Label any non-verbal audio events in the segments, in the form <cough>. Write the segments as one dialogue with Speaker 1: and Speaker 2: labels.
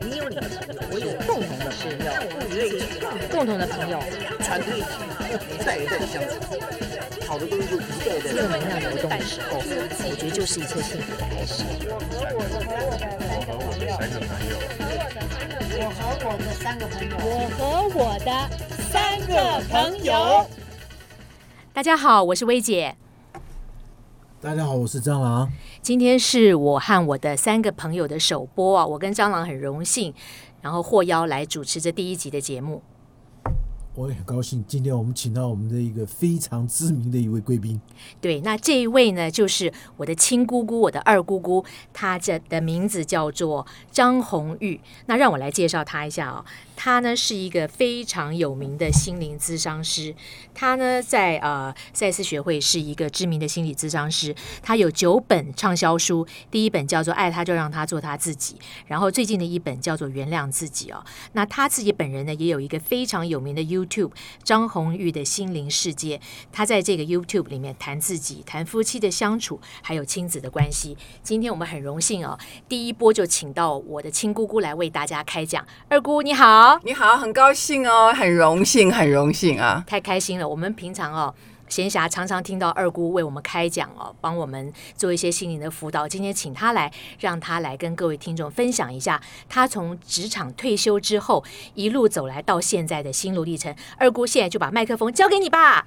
Speaker 1: 你有你的朋友，我有共同的朋友，但我们这一共同的朋友，
Speaker 2: 团队一代一代的相处，好的东西就一代一代
Speaker 1: 正
Speaker 2: 的。
Speaker 1: 能量流动的时候，我觉得就是一切幸福的开始。
Speaker 3: 我和我的三个朋友。
Speaker 4: 大家好，我是薇姐。
Speaker 5: 大家好，我是蟑螂。
Speaker 4: 今天是我和我的三个朋友的首播啊，我跟蟑螂很荣幸，然后获邀来主持这第一集的节目。
Speaker 5: 我也很高兴，今天我们请到我们的一个非常知名的一位贵宾，
Speaker 4: 对，那这一位呢，就是我的亲姑姑，我的二姑姑，她这的名字叫做张红玉。那让我来介绍她一下哦，她呢是一个非常有名的心灵咨商师，她呢在呃赛斯学会是一个知名的心理咨商师，她有九本畅销书，第一本叫做《爱她就让她做她自己》，然后最近的一本叫做《原谅自己》哦。那她自己本人呢也有一个非常有名的 YouTube 张红玉的心灵世界，他在这个 YouTube 里面谈自己、谈夫妻的相处，还有亲子的关系。今天我们很荣幸哦，第一波就请到我的亲姑姑来为大家开讲。二姑你好，
Speaker 6: 你好，很高兴哦，很荣幸，很荣幸啊！
Speaker 4: 太开心了。我们平常哦。闲暇常常听到二姑为我们开讲哦，帮我们做一些心灵的辅导。今天请她来，让她来跟各位听众分享一下她从职场退休之后一路走来到现在的心路历程。二姑现在就把麦克风交给你吧。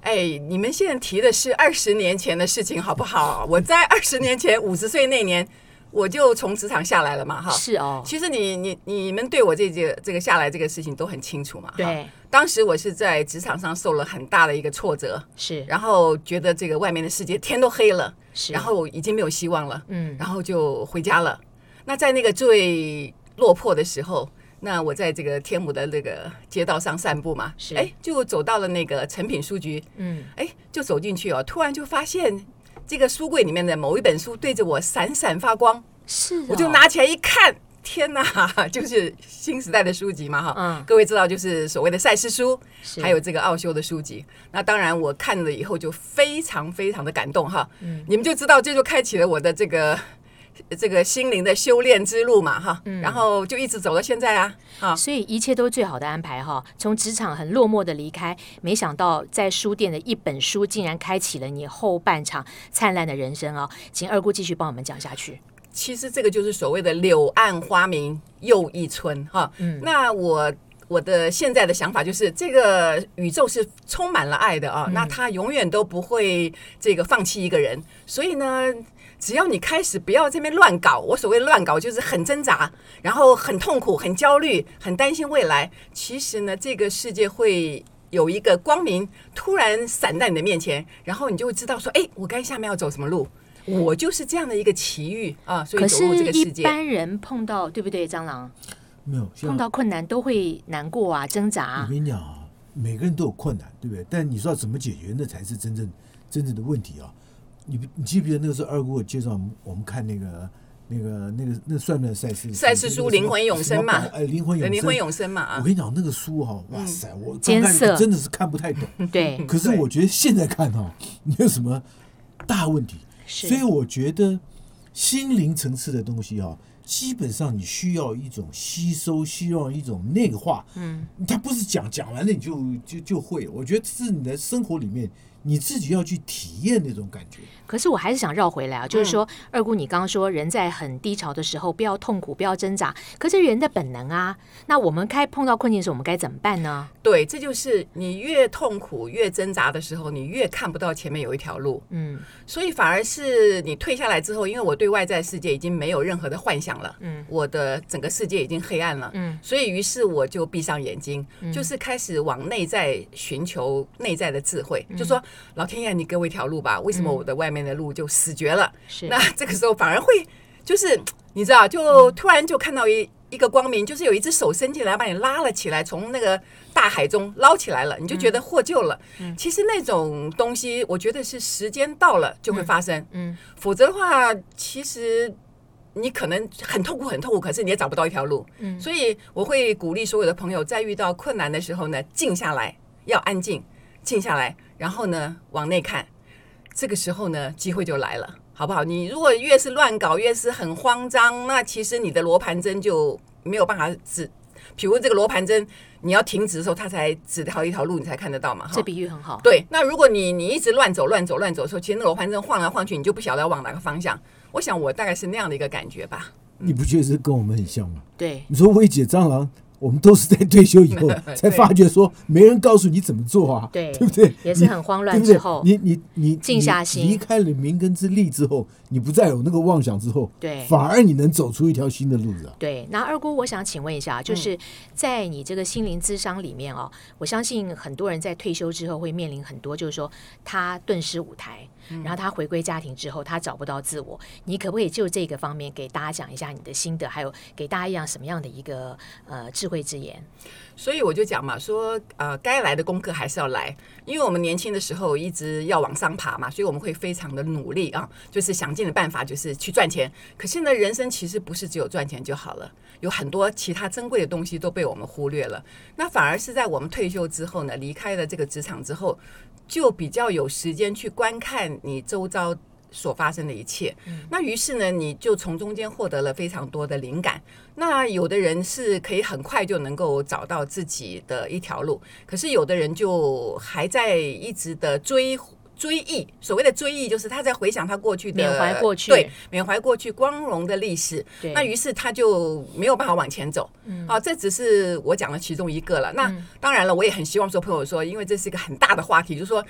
Speaker 6: 哎，你们现在提的是二十年前的事情，好不好？我在二十年前五十岁那年，我就从职场下来了嘛，哈。
Speaker 4: 是哦，
Speaker 6: 其实你你你们对我这这这个下来这个事情都很清楚嘛，哈。
Speaker 4: 对，
Speaker 6: 当时我是在职场上受了很大的一个挫折，
Speaker 4: 是，
Speaker 6: 然后觉得这个外面的世界天都黑了，
Speaker 4: 是，
Speaker 6: 然后已经没有希望了。
Speaker 4: 嗯，
Speaker 6: 然后就回家了。那在那个最落魄的时候，那我在这个天母的那个街道上散步嘛，
Speaker 4: 是
Speaker 6: 哎，就走到了那个诚品书局，
Speaker 4: 嗯，
Speaker 6: 哎，就走进去哦，突然就发现这个书柜里面的某一本书对着我闪闪发光，
Speaker 4: 是、哦，
Speaker 6: 我就拿起来一看。天呐， <laughs> 就是新时代的书籍嘛哈，
Speaker 4: 嗯
Speaker 6: 各位知道就是所谓的赛事书，
Speaker 4: 是
Speaker 6: 还有这个奥修的书籍。那当然，我看了以后就非常非常的感动哈。
Speaker 4: 嗯
Speaker 6: 你们就知道，这就开启了我的这个这个心灵的修炼之路嘛哈。
Speaker 4: 嗯
Speaker 6: 然后就一直走到现在啊啊，
Speaker 4: 所以一切都是最好的安排哈。从职场很落寞的离开，没想到在书店的一本书，竟然开启了你后半场灿烂的人生哦。请二姑继续帮我们讲下去。
Speaker 6: 其实这个就是所谓的柳暗花明又一村哈。那我我的现在的想法就是，这个宇宙是充满了爱的啊，那它永远都不会这个放弃一个人，所以呢。只要你开始不要这边乱搞，我所谓乱搞就是很挣扎，然后很痛苦、很焦虑、很担心未来。其实呢，这个世界会有一个光明突然闪在你的面前，然后你就会知道说，哎，我该下面要走什么路。我就是这样的一个奇遇啊，所
Speaker 4: 可
Speaker 6: 以走
Speaker 4: 是
Speaker 6: 入这，个
Speaker 4: 一
Speaker 6: 世界。
Speaker 4: 般人碰到对不对，蟑螂
Speaker 5: 没有
Speaker 4: 碰
Speaker 5: 像
Speaker 4: 到困难都会难过啊，挣扎、
Speaker 5: 我
Speaker 6: 嗯
Speaker 4: 啊。
Speaker 5: 跟你讲啊，每个人都有困难，对不对？但你说要怎么解决，那才是真正真正的问题啊！你不你记不记得那个时候二姑我介绍我们我们看那个那个那个那算不算赛事
Speaker 6: 赛事书
Speaker 5: 那个什么
Speaker 6: 灵魂永生嘛
Speaker 5: 什么宝哎，灵魂永
Speaker 6: 人
Speaker 5: 生，
Speaker 6: 灵魂永生嘛
Speaker 5: 我
Speaker 6: 啊，嗯
Speaker 5: 跟你讲，那个书哈、哇塞，我
Speaker 4: 艰
Speaker 5: 刚开
Speaker 4: 涩
Speaker 5: 始真的是看不太懂。
Speaker 6: <laughs>
Speaker 4: 对，
Speaker 5: 可是
Speaker 6: 对
Speaker 5: 我觉得现在看哈、没有什么大问题。
Speaker 4: 是
Speaker 5: 所以我觉得心灵层次的东西啊、基本上你需要一种吸收，需要一种内化。嗯，它不是讲讲完了你就就就会，我觉得是你的生活里面你自己要去体验那种感觉。
Speaker 4: 可是我还是想绕回来啊，
Speaker 6: 嗯
Speaker 4: 就是说，二姑，你刚刚说人在很低潮的时候不要痛苦，不要挣扎，可是人的本能啊。那我们该碰到困境的时候，我们该怎么办呢？
Speaker 6: 对，这就是你越痛苦、越挣扎的时候，你越看不到前面有一条路，
Speaker 4: 嗯，
Speaker 6: 所以反而是你退下来之后，因为我对外在世界已经没有任何的幻想了，
Speaker 4: 嗯，
Speaker 6: 我的整个世界已经黑暗了，
Speaker 4: 嗯，
Speaker 6: 所以于是我就闭上眼睛，就是开始往内在寻求内在的智慧，
Speaker 4: 嗯
Speaker 6: 就说老天爷，你给我一条路吧，为什么我的外面的路就死绝了？
Speaker 4: 是
Speaker 6: 那这个时候反而会就是你知道，
Speaker 4: 嗯
Speaker 6: 就突然就看到一一个光明，就是有一只手伸进来把你拉了起来，从那个大海中捞起来了，你就
Speaker 4: 嗯
Speaker 6: 觉得获救了。其实那种东西，我觉得是时间到了就会发生，
Speaker 4: 嗯嗯
Speaker 6: 否则的话，其实。你可能很痛苦，很痛苦，可是你也找不到一条路。
Speaker 4: 嗯
Speaker 6: 所以我会鼓励所有的朋友，在遇到困难的时候呢，静下来，要安静，静下来，然后呢，往内看，这个时候呢，机会就来了，好不好？你如果越是乱搞，越是很慌张，那其实你的罗盘针就没有办法指，比如这个罗盘针，你要停止的时候，它才指条一条路，你才看得到嘛。哈
Speaker 4: 这比喻很好。
Speaker 6: 对，那如果你你一直乱走乱走乱走的时候，其实那罗盘针晃来晃去，你就不晓得要往哪个方向。我想我大概是那样的一个感觉吧。
Speaker 5: 你不觉得这跟我们很像吗？
Speaker 4: 对，
Speaker 5: 你说薇姐蟑螂，我们都是在退休
Speaker 4: <laughs>
Speaker 5: 以后才发觉说，没人告诉你怎么做啊，
Speaker 4: 对
Speaker 5: 对不对？
Speaker 4: 也是
Speaker 5: 你
Speaker 4: 很慌乱
Speaker 5: 对不对
Speaker 4: 之后
Speaker 5: 你你你
Speaker 4: 静下
Speaker 5: 你
Speaker 4: 心
Speaker 5: 离开了民根之力之后，你不再有那个妄想之后，
Speaker 4: 对
Speaker 5: 反而你能走出一条新的路子啊。
Speaker 4: 对，那二姑，我想请问一下，
Speaker 6: 嗯
Speaker 4: 就是在你这个心灵咨商里面哦，我相信很多人在退休之后会面临很多，就是说他顿失舞台，
Speaker 6: 嗯
Speaker 4: 然后他回归家庭之后，他找不到自我。你可不可以就这个方面给大家讲一下你的心得，还有给大家一样什么样的一个呃智慧之言？
Speaker 6: 所以我就讲嘛，说呃，该来的功课还是要来，因为我们年轻的时候一直要往上爬嘛，所以我们会非常的努力啊，就是想尽的办法，就是去赚钱。可是呢，人生其实不是只有赚钱就好了，有很多其他珍贵的东西都被我们忽略了。那反而是在我们退休之后呢，离开了这个职场之后，就比较有时间去观看你周遭。所发生的一切，
Speaker 4: 嗯
Speaker 6: 那于是呢，你就从中间获得了非常多的灵感，那有的人是可以很快就能够找到自己的一条路，可是有的人就还在一直的追追忆。所谓的追忆，就是他在回想他过去的
Speaker 4: 缅怀过去
Speaker 6: 对，缅怀过去光荣的历史。
Speaker 4: 对
Speaker 6: 那于是他就没有办法往前走。嗯，啊，这只是我讲的其中一个了。那、当然了，我也很希望说朋友说，因为这是一个很大的话题，就是说。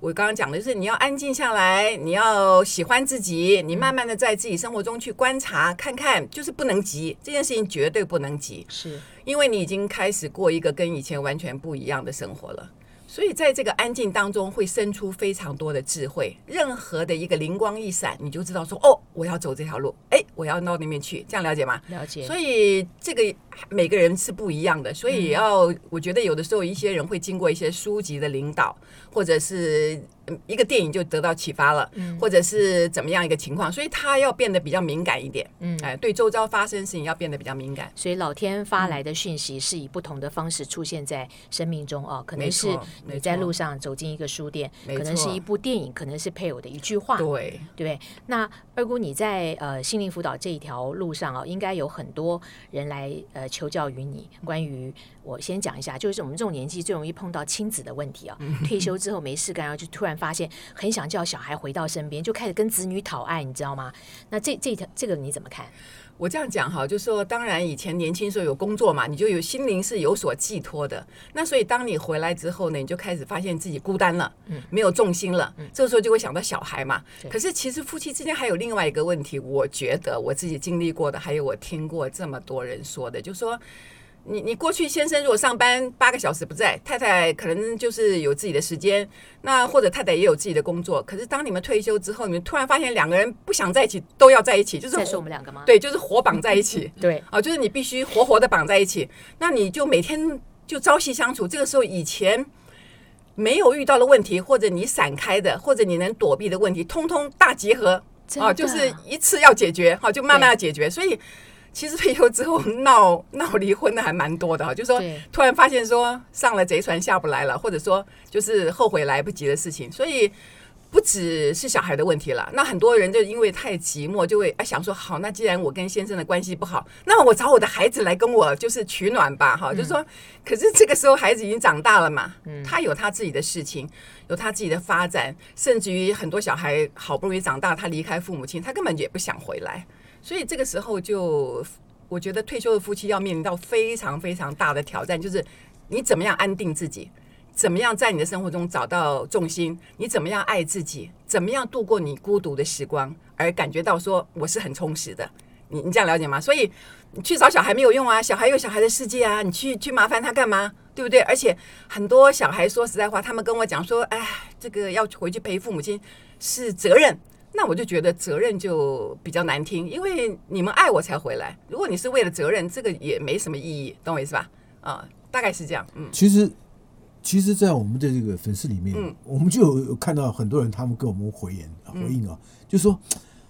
Speaker 6: 我刚刚讲的就是你要安静下来，你要喜欢自己，你慢慢的在自己生活中去观察看看，就是不能急，这件事情绝对不能急，
Speaker 4: 是
Speaker 6: 因为你已经开始过一个跟以前完全不一样的生活了。所以在这个安静当中，会生出非常多的智慧。任何的一个灵光一闪，你就知道说，哦，我要走这条路，哎，我要到那边去，这样了解吗？
Speaker 4: 了解，
Speaker 6: 所以这个每个人是不一样的，所以也要、我觉得有的时候一些人会经过一些书籍的领导，或者是嗯一个电影就得到启发了，或者是怎么样一个情况，所以他要变得比较敏感一点，嗯，哎，对周遭发生的事情要变得比较敏感。
Speaker 4: 所以老天
Speaker 6: 嗯
Speaker 4: 发来的讯息是以不同的方式出现在生命中哦，可能
Speaker 6: 没
Speaker 4: 是
Speaker 6: 错
Speaker 4: 你
Speaker 6: 没
Speaker 4: 在
Speaker 6: 错
Speaker 4: 路上走进一个书店，
Speaker 6: 没
Speaker 4: 可能是
Speaker 6: 错
Speaker 4: 一部电影，可能是配偶的一句话，
Speaker 6: 对，
Speaker 4: 对不对？那二姑，你在呃心灵辅导这一条路上啊，应该有很多人来呃求教于你。关于我先讲一下，就是我们这种年纪最容易碰到亲子的
Speaker 6: <laughs>
Speaker 4: 问题啊。退休之后没事干，然后就突然发现很想叫小孩回到身边，就开始跟子女讨爱，你知道吗？那这这条这个你怎么看？
Speaker 6: 我这样讲哈，就说当然以前年轻时候有工作嘛，你就有心灵是有所寄托的。那所以当你回来之后呢，你就开始发现自己孤单了，没有重心了。这个时候就会想到小孩嘛。可是其实夫妻之间还有另外一个问题，我觉得我自己经历过的，还有我听过这么多人说的，就说。你你过去先生如果上班八个小时不在，太太可能就是有自己的时间，那或者太太也有自己的工作。可是当你们退休之后，你们突然发现两个人不想在一起，都要在一起，就是
Speaker 4: 再说我们两个吗？。
Speaker 6: 对，就是活绑在一起
Speaker 4: 对
Speaker 6: 啊，就是你必须活活的绑在一起，那你就每天就朝夕相处。这个时候以前没有遇到的问题，或者你闪开的，或者你能躲避的问题，通通大集合
Speaker 4: 真
Speaker 6: 啊，
Speaker 4: 的
Speaker 6: 就是一次要解决，哦哈、就慢慢要解决。所以其实退 <laughs> 休之后闹闹离婚的还蛮多的哈、哦就是说
Speaker 4: 对
Speaker 6: 突然发现说上了贼船下不来了，或者说就是后悔来不及的事情，所以。不只是小孩的问题了，那很多人就因为太寂寞，就会哎想说，好，那既然我跟先生的关系不好，那么我找我的孩子来跟我就是取暖吧，哈，就是说，可是这个时候孩子已经长大了嘛，他有他自己的事情，有他自己的发展，甚至于很多小孩好不容易长大，他离开父母亲，他根本也不想回来，所以这个时候就，我觉得退休的夫妻要面临到非常非常大的挑战，就是你怎么样安定自己，怎么样在你的生活中找到重心，你怎么样爱自己，怎么样度过你孤独的时光，而感觉到说我是很充实的。你你这样了解吗？所以你去找小孩没有用啊，小孩有小孩的世界啊，你去去麻烦他干嘛？对不对？而且很多小孩说实在话，他们跟我讲说，哎，这个要回去陪父母亲是责任。那我就觉得责任就比较难听，因为你们爱我才回来。如果你是为了责任，这个也没什么意义，懂我意思吧？啊、大概是这样，嗯。
Speaker 5: 其实，其实，在我们的这个粉丝里面，
Speaker 6: 嗯
Speaker 5: 我们就有有看到很多人，他们跟我们回言啊回应啊，就说：“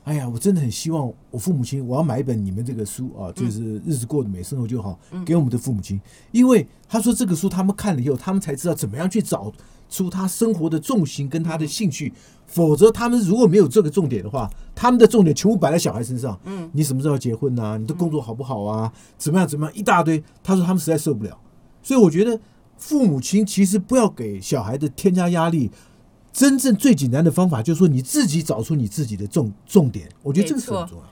Speaker 5: 哎呀，我真的很希望我父母亲，我要买一本你们这个书啊，就是日子过得美，生活就
Speaker 6: 嗯
Speaker 5: 好，给我们的父母亲，因为他说这个书他们看了以后，他们才知道怎么样去找。”出他生活的重心跟他的兴趣。
Speaker 6: 嗯
Speaker 5: 否则，他们如果没有这个重点的话，他们的重点全部摆在小孩身上。嗯，你什么时候要结婚啊？你的工作好不好啊？
Speaker 6: 嗯
Speaker 5: 怎么样怎么样，一大堆。他说他们实在受不了，所以我觉得父母亲其实不要给小孩子添加压力。真正最简单的方法就是说，你自己找出你自己的重重点。我觉得这个是
Speaker 6: 没错
Speaker 5: 很重要。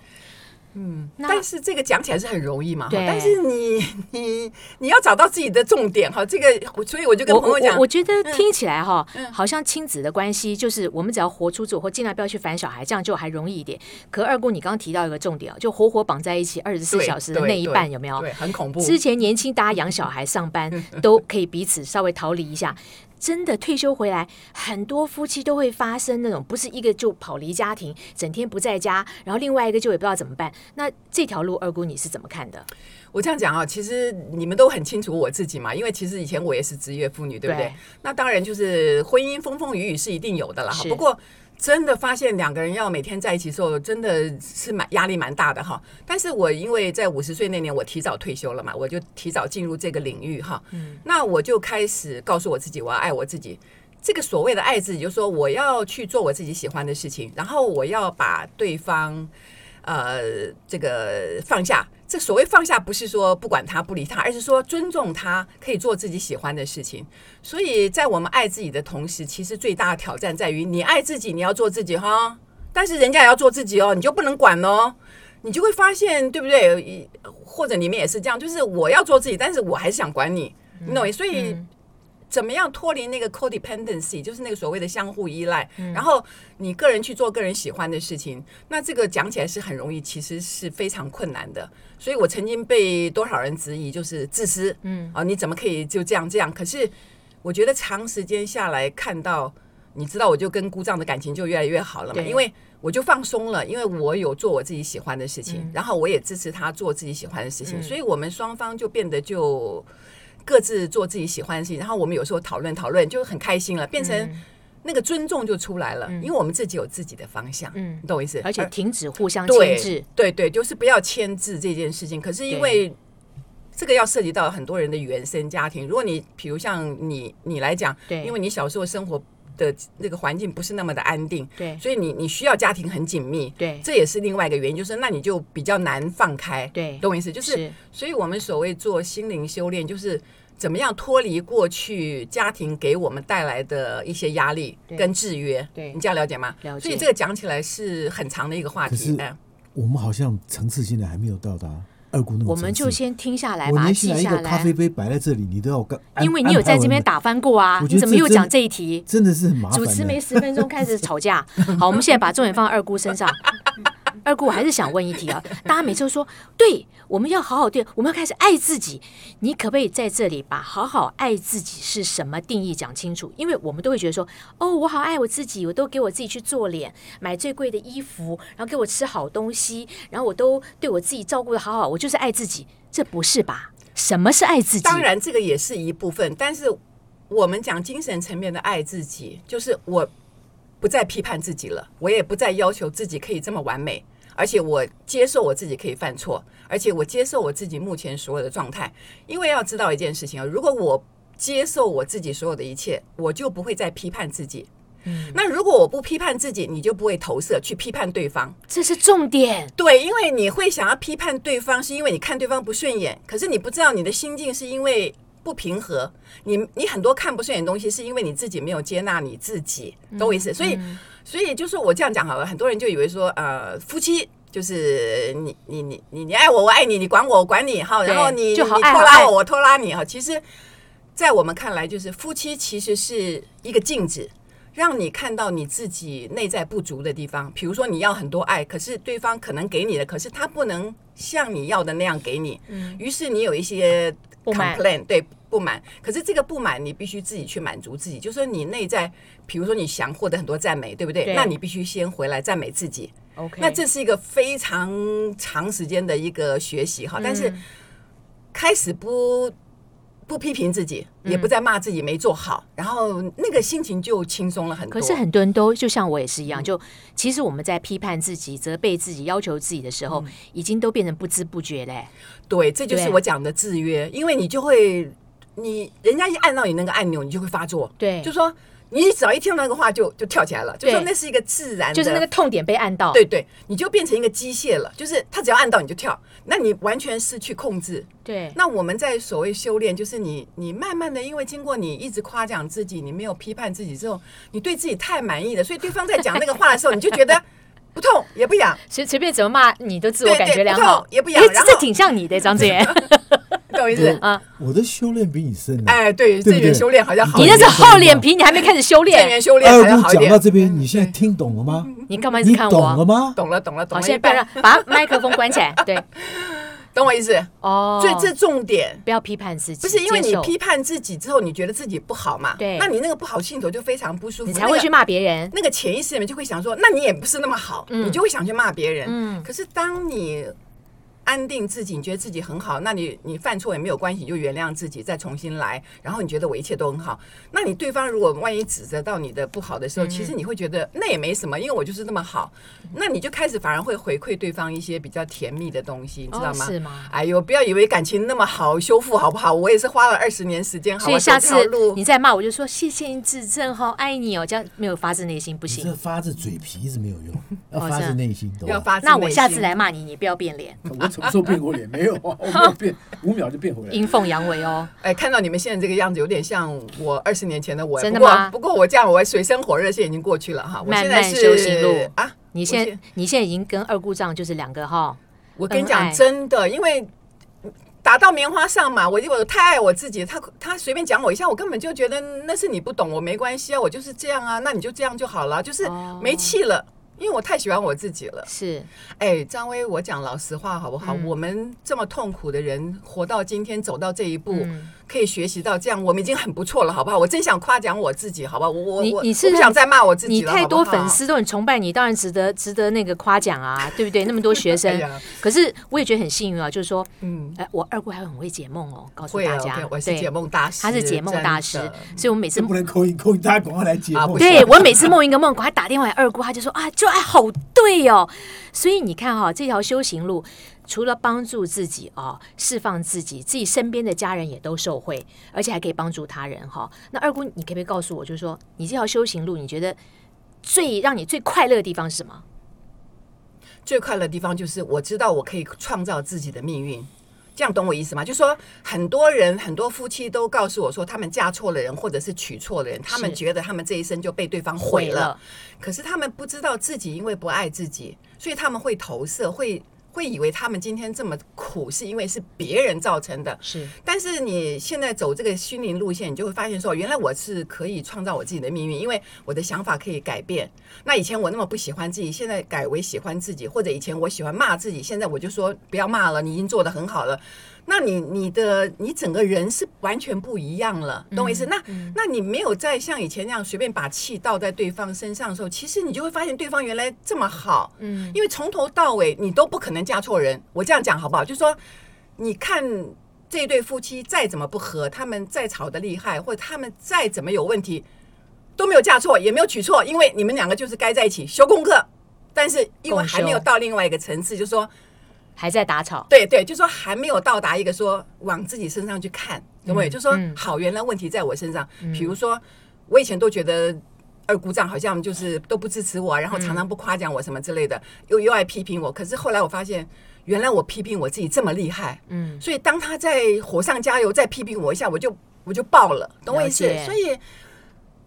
Speaker 4: 那
Speaker 6: 但是这个讲起来是很容易嘛，哈
Speaker 4: 对
Speaker 6: 但是你你 <laughs> 你要找到自己的重点哈，这个所以我就跟
Speaker 4: 我
Speaker 6: 朋友
Speaker 4: 我
Speaker 6: 讲嗯
Speaker 4: 我，觉得听起来哈，好像亲子的关系就是我们只要活出自我，或尽量不要去烦小孩，这样就还容易一点。可二姑，你刚刚提到一个重点哦，就活活绑在一起二十四
Speaker 6: 对
Speaker 4: 小时的
Speaker 6: 对
Speaker 4: 那一
Speaker 6: 对
Speaker 4: 半有没有？
Speaker 6: 对，很嗯恐怖。
Speaker 4: 之前年轻大家养小孩上班都可以彼此稍微逃离一下，真的退休回来，很多夫妻都会发生那种不是一个就跑离家庭，整天不在家，然后另外一个就也不知道怎么办。那这条路，二姑你是怎么看的？
Speaker 6: 我这样讲啊，其实你们都很清楚我自己嘛，因为其实以前我也是职业妇女，对不对？
Speaker 4: 对
Speaker 6: 那当然就是婚姻风风雨雨是一定有的啦。哈
Speaker 4: 是
Speaker 6: 不过真的发现两个人要每天在一起的时候，真的是蛮压力蛮大的哈。但是我因为在五十岁那年我提早退休了嘛，我就提早进入这个领域哈。嗯，那我就开始告诉我自己，我要爱我自己。这个所谓的爱自己，就是说我要去做我自己喜欢的事情，然后我要把对方。呃，这个放下，这所谓放下，不是说不管他不理他，而是说尊重他可以做自己喜欢的事情。所以在我们爱自己的同时，其实最大的挑战在于你爱自己，你要做自己哈，但是人家也要做自己哦，你就不能管哦。你就会发现，对不对？一或者你们也是这样，就是我要做自己，但是我还是想管你，你懂？所以怎么样脱离那个 codependency，就是那个所谓的相互依赖，然后你个人去做个人喜欢的事情，那这个讲起来是很容易，其实是非常困难的。所以我曾经被多少人质疑，就是自私，嗯，啊，你怎么可以就这样这样？可是我觉得长时间下来看到，你知道，我就跟姑丈的感情就越来越好了嘛，
Speaker 4: 对
Speaker 6: 因为我就放松了，因为我有做我自己喜欢的事情，然后我也支持他做自己喜欢的事情，所以我们双方就变得就各自做自己喜欢的事情，然后我们有时候讨论讨论就很开心了，变成
Speaker 4: 嗯
Speaker 6: 那个尊重就出来了，因为我们自己有自己的方向，
Speaker 4: 嗯
Speaker 6: 你懂我意思？
Speaker 4: 而且停止互相牵
Speaker 6: 呃对
Speaker 4: 制，
Speaker 6: 对对，就是不要牵制这件事情。可是因为这个要涉及到很多人的原生家庭，如果你比如像你你来讲，
Speaker 4: 对
Speaker 6: 因为你小时候生活的那个环境不是那么的安定，
Speaker 4: 对
Speaker 6: 所以你你需要家庭很紧密，
Speaker 4: 对
Speaker 6: 这也是另外一个原因，就是那你就比较难放开，
Speaker 4: 对
Speaker 6: 懂我意思？就是
Speaker 4: 是
Speaker 6: 所以我们所谓做心灵修炼，就是怎么样脱离过去家庭给我们带来的一些压力
Speaker 4: 对
Speaker 6: 跟制约，
Speaker 4: 对
Speaker 6: 你这样了解吗？
Speaker 4: 了解
Speaker 6: 所以这个讲起来是很长的一个话
Speaker 5: 可
Speaker 6: 题
Speaker 5: 是，
Speaker 6: 哎，
Speaker 5: 我们好像层次现在还没有到达二姑那
Speaker 4: 我
Speaker 5: 种层次。
Speaker 4: 们就先听下来，
Speaker 5: 我
Speaker 4: 把它
Speaker 5: 连起
Speaker 4: 记
Speaker 5: 来一
Speaker 4: 下
Speaker 5: 个咖啡
Speaker 4: 来。
Speaker 5: 杯摆在这里，你都要干，安
Speaker 4: 因为你有在这边，
Speaker 5: 安排
Speaker 4: 打翻过啊
Speaker 5: 我，觉
Speaker 4: 你
Speaker 5: 得
Speaker 4: 怎么又
Speaker 5: 这
Speaker 4: 讲
Speaker 5: 真
Speaker 4: 这一题
Speaker 5: 完？真的是很麻烦
Speaker 4: 主
Speaker 5: 的。
Speaker 4: 持没十分钟开始吵架。好，我们现在把重点放在二姑身上。二姑，我还是想问一题啊，大家每次都说，对，我们要好好对，我们要开始爱自己。你可不可以在这里把好好爱自己是什么定义讲清楚？因为我们都会觉得说，哦，我好爱我自己，我都给我自己去做脸，买最贵的衣服，然后给我吃好东西，然后我都对我自己照顾的好好，我就是爱自己。这不是吧？什么是爱自己？
Speaker 6: 当然这个也是一部分，但是我们讲精神层面的爱自己，就是我不再批判自己了，我也不再要求自己可以这么完美，而且我接受我自己可以犯错，而且我接受我自己目前所有的状态。因为要知道一件事情啊，如果我接受我自己所有的一切，我就不会再批判自己。
Speaker 4: 嗯
Speaker 6: 那如果我不批判自己，你就不会投射去批判对方。
Speaker 4: 这是重点。
Speaker 6: 对，因为你会想要批判对方，是因为你看对方不顺眼，可是你不知道你的心境是因为不平和，你你很多看不顺眼的东西，是因为你自己没有接纳你自己，懂我意
Speaker 4: 嗯
Speaker 6: 思？所以，所以就是我这样讲好了，很多人就以为说，呃，夫妻。就是你你你你你爱我，我爱你，你管我，我管你哈，然后
Speaker 4: 对
Speaker 6: 你
Speaker 4: 就好
Speaker 6: 你
Speaker 4: 爱
Speaker 6: 拖
Speaker 4: 好
Speaker 6: 拉
Speaker 4: 爱
Speaker 6: 我，我拖拉你哈。其实，在我们看来，就是夫妻其实是一个镜子，让你看到你自己内在不足的地方。比如说，你要很多爱，可是对方可能给你的，可是他不能像你要的那样给你。嗯，于是你有一些
Speaker 4: 不满
Speaker 6: complain，对不满。可是这个不满，你必须自己去满足自己。就是说你内在，比如说你想获得很多赞美，对不对？
Speaker 4: 对
Speaker 6: 那你必须先回来赞美自己。
Speaker 4: OK，
Speaker 6: 那这是一个非常长时间的一个学习
Speaker 4: 嗯
Speaker 6: 哈，但是开始不不批评自己，也不再骂自己没做好，然后那个心情就轻松了很多。嗯
Speaker 4: 可是很多人都就像我也是一样，就其实我们在批判自己、责备自己、要求自己的时候，
Speaker 6: 嗯
Speaker 4: 已经都变成不知不觉嘞。
Speaker 6: 对，这就是
Speaker 4: 对
Speaker 6: 我讲的制约，因为你就会你人家一按到你那个按钮，你就会发作。
Speaker 4: 对
Speaker 6: 就说你只要一听到那个话就就跳起来了，就
Speaker 4: 对
Speaker 6: 说那是一个自然的，
Speaker 4: 就是那个痛点被按到，
Speaker 6: 对对，你就变成一个机械了，就是他只要按到你就跳，那你完全失去控制。
Speaker 4: 对，
Speaker 6: 那我们在所谓修炼，就是你你慢慢的，因为经过你一直夸奖自己，你没有批判自己之后，你对自己太满意了，所以对方在讲那个话的时候，你就觉得不痛也不痒，
Speaker 4: 随随便怎么骂你都自我
Speaker 6: 对
Speaker 4: 感
Speaker 6: 对
Speaker 4: 觉良
Speaker 6: 不
Speaker 4: 好
Speaker 6: 痛，也不
Speaker 4: 哎
Speaker 6: 痒然
Speaker 4: 这
Speaker 6: 后
Speaker 4: 挺像你的张子
Speaker 6: <laughs>
Speaker 4: 妍，
Speaker 6: 你懂我意
Speaker 5: 对
Speaker 6: 思？
Speaker 4: 啊，
Speaker 5: 我的修炼比你深啊。
Speaker 6: 哎，对，
Speaker 5: 对
Speaker 6: 这
Speaker 5: 不
Speaker 6: 个
Speaker 5: 对
Speaker 6: 修炼好像好
Speaker 4: 你
Speaker 6: 一
Speaker 4: 那
Speaker 6: 点，
Speaker 4: 是哎厚脸皮，你还没开始修
Speaker 6: 正
Speaker 4: 炼，
Speaker 6: 缘修炼
Speaker 5: 二
Speaker 6: 好像
Speaker 5: 姑
Speaker 6: 好一
Speaker 5: 讲到
Speaker 6: 点。
Speaker 5: 这边，你现在听懂了吗？
Speaker 4: 你干嘛一直
Speaker 5: 你
Speaker 4: 看
Speaker 5: 懂了
Speaker 4: 我？
Speaker 5: 吗？
Speaker 6: 懂了，懂了，懂
Speaker 4: 好，
Speaker 6: 了
Speaker 4: 现
Speaker 6: 一
Speaker 4: 在不要让
Speaker 6: 半，
Speaker 4: 把麦克风关起来，
Speaker 6: <laughs>
Speaker 4: 对，
Speaker 6: 懂我意思。
Speaker 4: 哦，
Speaker 6: 所以这重点
Speaker 4: 不要批判自己，
Speaker 6: 不是因为
Speaker 4: 接
Speaker 6: 你
Speaker 4: 受
Speaker 6: 批判自己之后，你觉得自己不好嘛？
Speaker 4: 对
Speaker 6: 那你那个不好心头就非常不舒服，
Speaker 4: 你才会去骂别人
Speaker 6: 那，个。那个潜意识里面就会想说，那你也不是那么好，
Speaker 4: 嗯
Speaker 6: 你就会想去骂别人。
Speaker 4: 嗯
Speaker 6: 可是当你安定自己，你觉得自己很好，那你你犯错也没有关系，你就原谅自己，再重新来。然后你觉得我一切都很好，那你对方如果万一指责到你的不好的
Speaker 4: 嗯
Speaker 6: 时候，其实你会觉得那也没什么，因为我就是那么好。那你就开始反而会回馈对方一些比较甜蜜的东西，你知道吗？
Speaker 4: 哦是吗？
Speaker 6: 哎呦，不要以为感情那么好修复好不好？我也是花了二十年时间，好吧
Speaker 4: 所以下次
Speaker 6: 走这条路
Speaker 4: 你再骂我就说谢谢你指正，好爱你哦，这样没有发自内心不
Speaker 5: 你这
Speaker 4: 行。
Speaker 5: 发自嘴皮是没有用，要
Speaker 4: 哦
Speaker 5: 发
Speaker 4: 这
Speaker 5: 自
Speaker 4: 样
Speaker 5: 内心，懂
Speaker 6: 要
Speaker 5: 吗？
Speaker 6: 发自
Speaker 4: 那我
Speaker 6: 内
Speaker 4: 下
Speaker 6: 心嗯
Speaker 4: 次来骂你，你不要变脸，
Speaker 7: 我什么时候变过脸？没有啊，我没有变，五秒就变
Speaker 4: <laughs>
Speaker 7: 回来了。
Speaker 4: 阴奉阳
Speaker 6: <laughs>
Speaker 4: 违哦。
Speaker 6: 哎，看到你们现在这个样子，有点像我二十年前的我。
Speaker 4: 真的
Speaker 6: 不过
Speaker 4: 吗
Speaker 6: 不过我这样，我水深火热现在已经过去了哈。我
Speaker 4: 慢
Speaker 6: 现在
Speaker 4: 慢
Speaker 6: 是
Speaker 4: 修行路
Speaker 6: 啊，
Speaker 4: 你
Speaker 6: 我
Speaker 4: 现在
Speaker 6: 现
Speaker 4: 你现在已经跟二姑丈就是两个哈，
Speaker 6: 我跟你
Speaker 4: 恩
Speaker 6: 讲，
Speaker 4: 爱
Speaker 6: 真的，因为打到棉花上嘛，我我太爱我自己，他他随便讲我一下，我根本就觉得那是你不懂我，没关系啊，我就是这样啊，那你就这样就好了，就是
Speaker 4: 哦
Speaker 6: 没气了。因为我太喜欢我自己了，
Speaker 4: 是
Speaker 6: 哎，张威，我讲老实话好不好？
Speaker 4: 嗯
Speaker 6: 我们这么痛苦的人，活到今天，走到这一步，
Speaker 4: 嗯
Speaker 6: 可以学习到这样，我们已经很不错了，好不好？我真想夸奖我自己，好不好？我我
Speaker 4: 你
Speaker 6: 我
Speaker 4: 你是
Speaker 6: 我不想再骂我自
Speaker 4: 你
Speaker 6: 己了，
Speaker 4: 太多
Speaker 6: 好不好
Speaker 4: 粉，丝都很崇拜你，当然值得值得那个夸奖啊，对不对？那么多
Speaker 6: <laughs>
Speaker 4: 学
Speaker 6: 哎
Speaker 4: 生
Speaker 6: 呀，
Speaker 4: 可是我也觉得很幸运啊，就是说，
Speaker 6: 嗯，
Speaker 4: 哎，我二姑还很会解梦哦，告诉
Speaker 6: 会
Speaker 4: 大
Speaker 6: 啊，
Speaker 4: 家
Speaker 6: 会，我是
Speaker 4: 对
Speaker 6: 解，梦大师，
Speaker 4: 她是解梦大师
Speaker 6: 真的，
Speaker 4: 所以我每次
Speaker 5: 这不能扣音，扣音大家赶快来解
Speaker 6: 啊
Speaker 5: 梦
Speaker 6: 不。
Speaker 4: 对我每次梦一个梦，赶快打电话给二姑，她就说啊，就哎，好对哦。所以你看哈、这条修行路，除了帮助自己啊、释放自己，自己身边的家人也都受惠，而且还可以帮助他人哈、那二姑，你可不可以告诉我，就是说你这条修行路，你觉得最让你最快乐的地方是什么？
Speaker 6: 最快乐的地方就是我知道我可以创造自己的命运。这样懂我意思吗？就说很多人，很多夫妻都告诉我说，他们嫁错了人，或者是娶错了人，他们
Speaker 4: 是
Speaker 6: 觉得他们这一生就被对方毁了。，可是他们不知道自己因为不爱自己，所以他们会投射，会会以为他们今天这么苦是因为是别人造成的。
Speaker 4: 是
Speaker 6: 但是你现在走这个心灵路线，你就会发现说，原来我是可以创造我自己的命运，因为我的想法可以改变。那以前我那么不喜欢自己，现在改为喜欢自己，或者以前我喜欢骂自己，现在我就说不要骂了，你已经做得很好了。那你你的你整个人是完全不一样了，懂我意思？那、那你没有再像以前那样随便把气倒在对方身上的时候，其实你就会发现对方原来这么好，嗯，因为从头到尾你都不可能嫁错人。我这样讲好不好？就说你看这对夫妻再怎么不和，他们再吵得厉害，或者他们再怎么有问题，都没有嫁错，也没有娶错，因为你们两个就是该在一起修功课。但是因为
Speaker 4: 共修
Speaker 6: 还没有到另外一个层次，就说
Speaker 4: 还在打吵，
Speaker 6: 对对，就说还没有到达一个说往自己身上去看，懂没有？就说
Speaker 4: 嗯
Speaker 6: 好，原来问题在我身上。比如说，我以前都觉得二姑丈好像就是都不支持我，啊
Speaker 4: 嗯
Speaker 6: 然后常常不夸奖我什么之类的，又又爱批评我。可是后来我发现，原来我批评我自己这么厉害，
Speaker 4: 嗯，
Speaker 6: 所以当他在火上加油再批评我一下，我就我就爆了，懂我意思
Speaker 4: 了解？
Speaker 6: 所以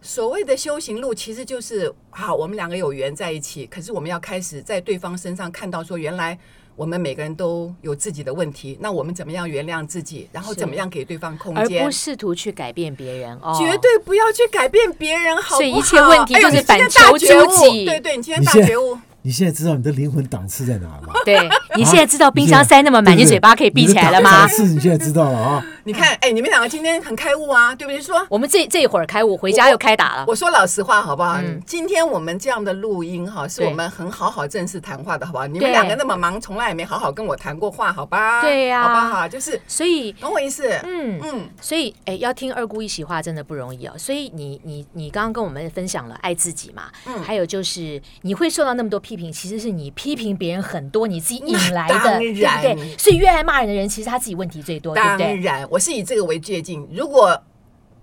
Speaker 6: 所谓的修行路，其实就是好，我们两个有缘在一起，可是我们要开始在对方身上看到说，原来我们每个人都有自己的问题，那我们怎么样原谅自己，然后
Speaker 4: 是
Speaker 6: 怎么样给对方空
Speaker 4: 而
Speaker 6: 间
Speaker 4: 不。试图去改变别人
Speaker 6: <laughs>
Speaker 4: 哦，
Speaker 6: 绝。对不要去改变别人，好不好？
Speaker 4: 所以一切问题
Speaker 6: 哎呦
Speaker 4: 就是
Speaker 6: 你今天大
Speaker 4: 反求
Speaker 6: 觉悟
Speaker 4: 诸己
Speaker 6: 对对，你今天
Speaker 5: 你
Speaker 6: 大
Speaker 5: 现在
Speaker 6: 觉悟，
Speaker 5: 你现在知道你的灵魂档次在哪了吗？
Speaker 4: 对你现在知道
Speaker 5: 啊
Speaker 4: 冰箱塞那么满，
Speaker 5: 对
Speaker 4: 你
Speaker 5: 不对
Speaker 4: 嘴巴可以闭起来了吗
Speaker 5: 你的档？次你现在知道了啊？
Speaker 6: 你看，哎，你们两个今天很开悟啊，对不对？说
Speaker 4: 我们这这一会儿开悟，回家又开打了。
Speaker 6: 我说老实话，好不好？
Speaker 4: 啊嗯
Speaker 6: 今天我们这样的录音哈，是
Speaker 4: 对
Speaker 6: 我们很好好正式谈话的，好不好？你
Speaker 4: 对
Speaker 6: 们
Speaker 4: 啊
Speaker 6: 两个那么忙，从来也没好好跟我谈过话，好吧？
Speaker 4: 对呀
Speaker 6: 好不好？就是
Speaker 4: 所以，
Speaker 6: 懂我意思？
Speaker 4: 嗯，
Speaker 6: 嗯，
Speaker 4: 所以，哎，要听二姑一席话真的不容易哦。所以你，你，你刚刚跟我们分享了爱自己嘛，
Speaker 6: 嗯
Speaker 4: 还有就是你会受到那么多批评，其实是你批评别人很多，你自己引来
Speaker 6: 那
Speaker 4: 的，
Speaker 6: <laughs> 当
Speaker 4: 对不
Speaker 6: 然
Speaker 4: 哦对？所以越爱骂人的人，其实他自己问题最多，对不
Speaker 6: 当
Speaker 4: 对？
Speaker 6: 然，我是以这个为借镜。如果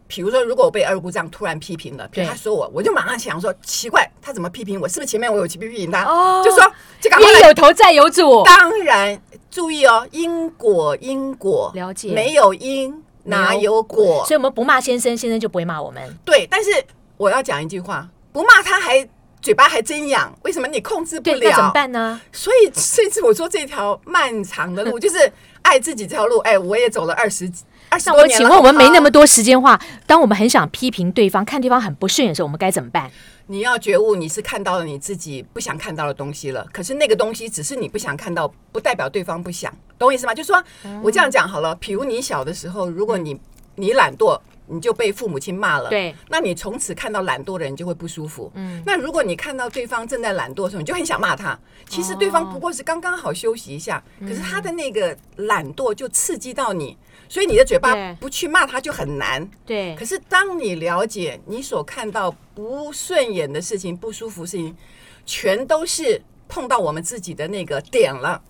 Speaker 6: 比如说，如果我被二姑这样突然批评了，比如
Speaker 4: 对
Speaker 6: 他说我，我就马上想说，奇怪，他怎么批评我？是不是前面我有去批评他？
Speaker 4: 哦
Speaker 6: 就说就赶快来
Speaker 4: 冤有头债有主，
Speaker 6: 当然，注意哦，因果因果，
Speaker 4: 了解
Speaker 6: 没有因哪有果？
Speaker 4: 所以我们不骂先生，先生就不会骂我们。
Speaker 6: 对，但是我要讲一句话，不骂他还嘴巴还真痒，为什么你控制不
Speaker 4: 对，那怎么
Speaker 6: 了？
Speaker 4: 办呢？
Speaker 6: 所以这次我说这条漫长的路，就是爱自己这条路，哎，我也走了二十二十
Speaker 4: 那
Speaker 6: 多
Speaker 4: 我
Speaker 6: 年
Speaker 4: 请
Speaker 6: 了。
Speaker 4: 问，我们
Speaker 6: 好不好
Speaker 4: 没那么嗯多时间话，当我们很想批评对方、看对方很不顺眼的时候，我们该怎么办？
Speaker 6: 你要觉悟，你是看到了你自己不想看到的东西了。可是那个东西只是你不想看到，不代表对方不想，懂我意思吗？就说我这样讲好了，比如你小的时候，如果你你懒惰，你就被父母亲骂了，
Speaker 4: 对，
Speaker 6: 那你从此看到懒惰的人就会不舒服。嗯，那如果你看到对方正在懒惰的时候，你就很想骂他。其实对方不过是刚刚好休息一下，
Speaker 4: 嗯
Speaker 6: 可是他的那个懒惰就刺激到你，所以你的嘴巴
Speaker 4: 对
Speaker 6: 不去骂他就很难。
Speaker 4: 对
Speaker 6: 可，是当你了解你所看到不顺眼的事情、不舒服的事情，全都是碰到我们自己的那个点了，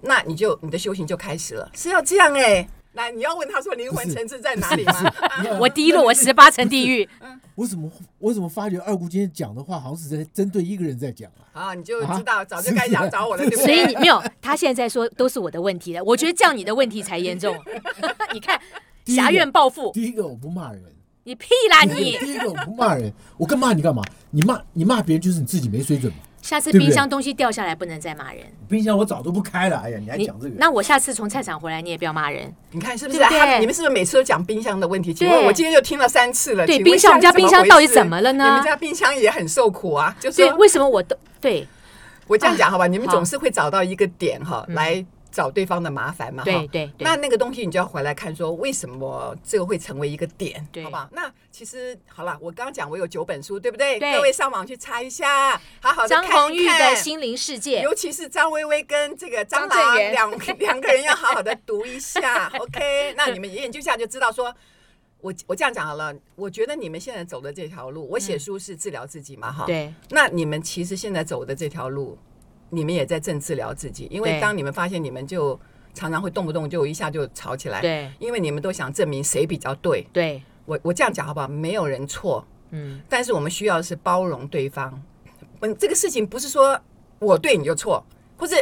Speaker 6: 那你就你的修行就开始了，是要这样哎、来，你要问他说灵魂层次在哪里吗？啊
Speaker 4: 我低落，我十八层地狱。
Speaker 5: <laughs> 我怎么我怎么发觉二姑今天讲的话好像是在针对一个人在讲啊？
Speaker 6: 好，你就知道，早就该想找我 <laughs> 了，对不
Speaker 4: 所以你
Speaker 6: 对？
Speaker 4: 没有，他现在在说都是我的问题了。我觉得这样你的问题才严重。 <laughs> 你看，
Speaker 5: 第一个
Speaker 4: 狭怨报复，
Speaker 5: 第一个我不骂人，
Speaker 4: 你屁啦
Speaker 5: <laughs> 第
Speaker 4: 你！
Speaker 5: 一个我不骂人，我干嘛你干嘛？你骂你骂别人就是你自己没水准嘛。
Speaker 4: 下次
Speaker 5: 对不对
Speaker 4: 冰箱东西掉下来不能再骂人。
Speaker 7: 冰箱我早都不开了，哎呀，你还
Speaker 4: 你
Speaker 7: 讲这个？
Speaker 4: 那我下次从菜场回来，你也不要骂人。
Speaker 6: 你看是不是？
Speaker 4: 对不对
Speaker 6: 他你们是不是每次都讲冰箱的问题？请问
Speaker 4: 对
Speaker 6: 我今天就听了三次了。
Speaker 4: 对
Speaker 6: 请问
Speaker 4: 冰箱我们家
Speaker 6: 下次怎么
Speaker 4: 冰箱
Speaker 6: 回
Speaker 4: 到底
Speaker 6: 事
Speaker 4: 怎么了呢
Speaker 6: 你们家冰箱也很受苦啊，就
Speaker 4: 所以
Speaker 6: 是
Speaker 4: 为什么我都对
Speaker 6: 我这样讲好吧，你们
Speaker 4: 好嗯
Speaker 6: 总是会找到一个点哈，来找对方的麻烦嘛。哈
Speaker 4: 对对对
Speaker 6: 那那个东西你就要回来看，说为什么这个会成为一个点，
Speaker 4: 对
Speaker 6: 好吧？那其实好了，我刚刚讲我有九本书，对不对？
Speaker 4: 对
Speaker 6: 各位上网去查一下，好好的
Speaker 4: 张
Speaker 6: 看
Speaker 4: 红
Speaker 6: 一
Speaker 4: 玉的
Speaker 6: 看。
Speaker 4: 心灵世界
Speaker 6: 尤其是张薇薇跟这个张
Speaker 4: 张震
Speaker 6: 郎
Speaker 4: 源 <laughs>
Speaker 6: 两两个人要好好的读一下，OK？那你们研究一下就知道说。我我这样讲好了，我觉得你们现在走的这条路，我写书是治疗自己嘛，哈、
Speaker 4: 嗯对
Speaker 6: 那你们其实现在走的这条路，你们也在正治疗自己，因为
Speaker 4: 对
Speaker 6: 当你们发现你们就常常会动不动就一下就吵起来，，
Speaker 4: 对
Speaker 6: 因为你们都想证明谁比较对。
Speaker 4: 对，
Speaker 6: 我我这样讲好不好？没有人错，
Speaker 4: 嗯，
Speaker 6: 但是我们需要的是包容对方。嗯，这个事情不是说我对你就错，或是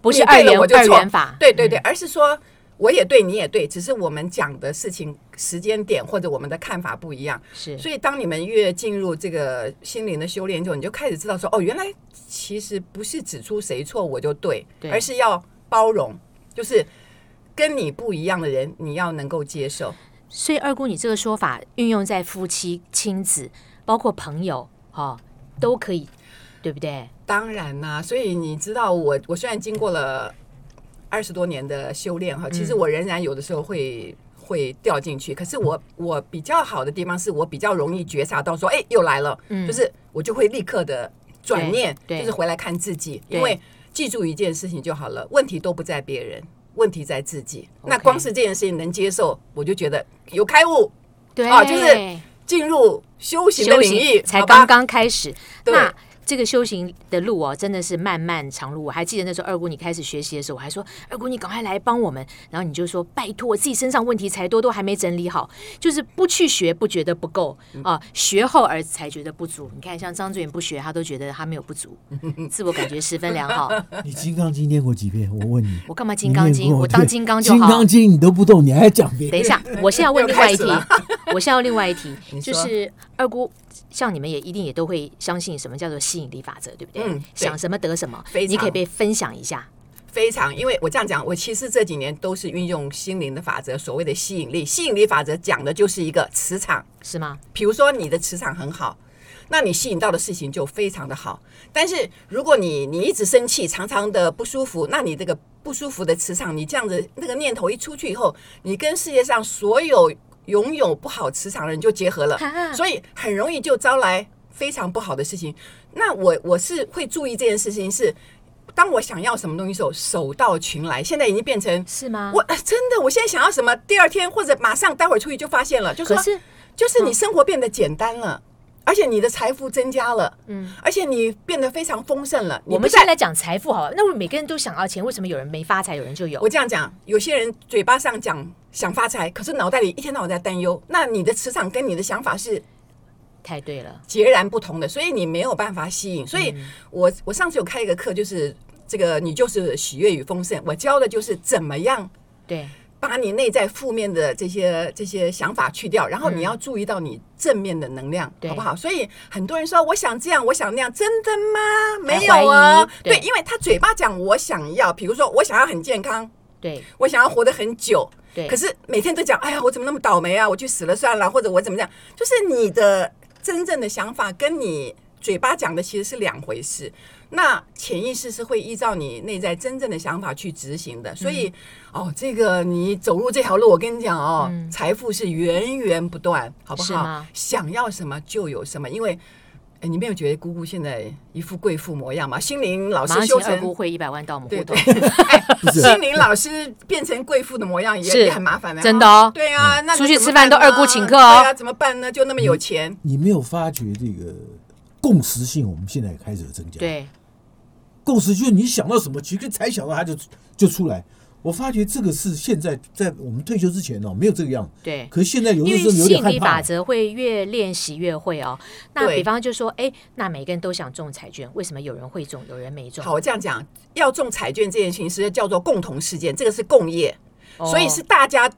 Speaker 4: 不是
Speaker 6: 你
Speaker 4: 二
Speaker 6: 对了
Speaker 4: 元
Speaker 6: 我就
Speaker 4: 二
Speaker 6: 错
Speaker 4: 元法，
Speaker 6: 对对
Speaker 4: 嗯
Speaker 6: 对，而是说我也对你也对，只是我们讲的事情时间点或者我们的看法不一样。
Speaker 4: 嗯是，
Speaker 6: 所以，当你们越进入这个心灵的修炼之后，你就开始知道说，哦，原来其实不是指出谁错我就对，
Speaker 4: 对
Speaker 6: 而是要包容，就是跟你不一样的人，你要能够接受。
Speaker 4: 所以二姑，你这个说法运用在夫妻、亲子，包括朋友，哦，都可以，对不对？
Speaker 6: 当然啦、所以你知道我，我虽然经过了二十多年的修炼哈，其
Speaker 4: 嗯
Speaker 6: 实我仍然有的时候会。会掉进去，可是我我比较好的地方是我比较容易觉察到说，哎、又来了，
Speaker 4: 嗯
Speaker 6: 就是我就会立刻的转念，
Speaker 4: 对对
Speaker 6: 就是回来看自己，
Speaker 4: 对
Speaker 6: 因为记住一件事情就好了，问题都不在别人，问题在自己。
Speaker 4: OK
Speaker 6: 那光是这件事情能接受，我就觉得有开悟，
Speaker 4: 对
Speaker 6: 哦就是进入修行的
Speaker 4: 修
Speaker 6: 领域
Speaker 4: 行，才
Speaker 6: 好吧
Speaker 4: 刚刚开始。
Speaker 6: 对
Speaker 4: 那这个修行的路哦，真的是漫漫长路。我还记得那时候二姑你开始学习的时候，我还说二姑你赶快来帮我们。然后你就说拜托，我自己身上问题才多，都还没整理好，就是不去学不觉得不够
Speaker 6: 嗯
Speaker 4: 啊、学后而才觉得不足。你看像张志远不学，他都觉得他没有不足，自我感觉十分良好。
Speaker 5: 你《金刚经》念过几遍？我问你，
Speaker 4: 我干嘛
Speaker 5: 《
Speaker 4: 金刚经？我当金刚就
Speaker 5: 金
Speaker 4: 好。
Speaker 5: 刚经》你都不动，你还讲
Speaker 6: <laughs>
Speaker 5: 别人？
Speaker 4: 等一下，我现在要问另外一题
Speaker 6: 又开始，
Speaker 4: <laughs> 我现在要另外一题，
Speaker 6: <laughs> 你
Speaker 4: 就
Speaker 6: 说
Speaker 4: 是二姑，像你们也一定也都会相信什么叫做吸引力法则，对不对？
Speaker 6: 嗯对
Speaker 4: 想什么得什么，
Speaker 6: 非常
Speaker 4: 你可以被分享一下。
Speaker 6: 非常，因为我这样讲，我其实这几年都是运用心灵的法则，所谓的吸引力。吸引力法则讲的就是一个磁场，
Speaker 4: 是吗？
Speaker 6: 比如说你的磁场很好，那你吸引到的事情就非常的好。但是如果你你一直生气，常常的不舒服，那你这个不舒服的磁场，你这样子那个念头一出去以后，你跟世界上所有拥有不好磁场的人就结合了，
Speaker 4: 啊
Speaker 6: 所以很容易就招来非常不好的事情。那我我是会注意这件事情是。当我想要什么东西的时候，手到擒来。现在已经变成
Speaker 4: 是啊吗？
Speaker 6: 我呃真的，我现在想要什么，第二天或者马上待会儿出去就发现了，就说
Speaker 4: 可是
Speaker 6: 就是
Speaker 4: 嗯
Speaker 6: 你生活变得简单了，而且你的财富增加了，嗯，而且你变得非常丰盛了。你
Speaker 4: 我们
Speaker 6: 不再
Speaker 4: 现在讲财富好了，那我们每个人都想要钱，为什么有人没发财，有人就有
Speaker 6: 我？这样讲，有些人嘴巴上讲想发财，可是脑袋里一天到晚在担忧，那你的磁场跟你的想法是
Speaker 4: 太对了，
Speaker 6: 截然不同的，所以你没有办法吸引。所以
Speaker 4: 嗯
Speaker 6: 我我上次有开一个课，就是这个你就是喜悦与丰盛，我教的就是怎么样
Speaker 4: 对，
Speaker 6: 把你内在负面的这些这些想法去掉，然后你要注意到你正面的能量，
Speaker 4: 嗯对
Speaker 6: 好不好？所以很多人说我想这样，我想那样，真的吗？
Speaker 4: 还
Speaker 6: 没有啊
Speaker 4: 怀疑，对
Speaker 6: 对，因为他嘴巴讲我想要，比如说我想要很健康，
Speaker 4: 对，
Speaker 6: 我想要活得很久，
Speaker 4: 对
Speaker 6: 可是每天都讲，哎呀，我怎么那么倒霉啊？我去死了算了，或者我怎么样？就是你的真正的想法跟你嘴巴讲的其实是两回事。那潜意识是会依照你内在真正的想法去执行
Speaker 4: 嗯
Speaker 6: 的，所以、哦，这个你走入这条路，我跟你讲哦，财富是源源不断，好不
Speaker 4: 是
Speaker 6: 好
Speaker 4: 吗？
Speaker 6: 想要什么就有什么，因为。哎，你没有觉得姑姑现在一副贵妇模样吗？心灵老
Speaker 4: 马
Speaker 6: 师
Speaker 4: 上
Speaker 6: 修
Speaker 4: 请二
Speaker 6: 成
Speaker 4: 姑汇一百万到我们
Speaker 6: 对
Speaker 4: 胡
Speaker 6: 对
Speaker 4: 同，， <laughs>
Speaker 6: 哎
Speaker 5: 是
Speaker 6: 心灵老师变成贵妇的模样
Speaker 4: 是
Speaker 6: 也也很麻烦的，
Speaker 4: 真的哦
Speaker 6: 对啊，那
Speaker 4: 出
Speaker 6: 你
Speaker 4: 去
Speaker 6: 怎么
Speaker 4: 吃
Speaker 6: 办
Speaker 4: 饭都
Speaker 6: 呢
Speaker 4: 二姑请客哦
Speaker 6: 对啊，怎么办呢？就那么有钱，
Speaker 5: 你没有发觉这个共识性，我们现在开始有增加。，
Speaker 4: 对，
Speaker 5: 共识就是你想到什么，其实才想到它就就出来。我发觉这个是现在在我们退休之前哦，没有这个样。
Speaker 4: 对
Speaker 5: 可是现在有
Speaker 4: 因
Speaker 5: 的
Speaker 4: 为
Speaker 5: 时候有
Speaker 4: 吸
Speaker 5: 点
Speaker 4: 引
Speaker 5: 害
Speaker 4: 力法
Speaker 5: 怕。
Speaker 4: 则会越练习越会哦。那
Speaker 6: 对
Speaker 4: 比方就说，哎，那每个人都想中彩券，为什么有人会中，有人没中？
Speaker 6: 好，我这样讲，要中彩券这件事情是叫做共同事件，这个是共业，
Speaker 4: 哦
Speaker 6: 所以是大家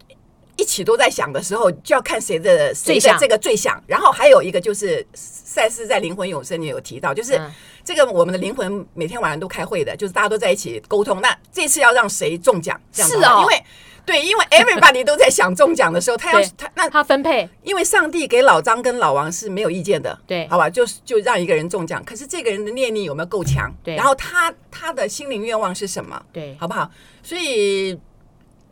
Speaker 6: 一起都在想的时候，就要看谁的谁
Speaker 4: 最
Speaker 6: 的
Speaker 4: 想
Speaker 6: 这个最想。然后还有一个就是赛斯在灵魂永生也有提到，就是
Speaker 4: 嗯
Speaker 6: 这个我们的灵魂每天晚上都开会的，就是大家都在一起沟通。那这次要让谁中奖？这样的
Speaker 4: 是
Speaker 6: 话
Speaker 4: 哦
Speaker 6: 因为。对，因为 everybody 都在想中奖的时候，他要
Speaker 4: 对
Speaker 6: 他那
Speaker 4: 他分配
Speaker 6: 因为上帝给老张跟老王是没有意见的，
Speaker 4: 对
Speaker 6: 好吧，就是就让一个人中奖，可是这个人的念力有没有够强？
Speaker 4: 对
Speaker 6: 然后他他的心灵愿望是什么？
Speaker 4: 对
Speaker 6: 好不好？所以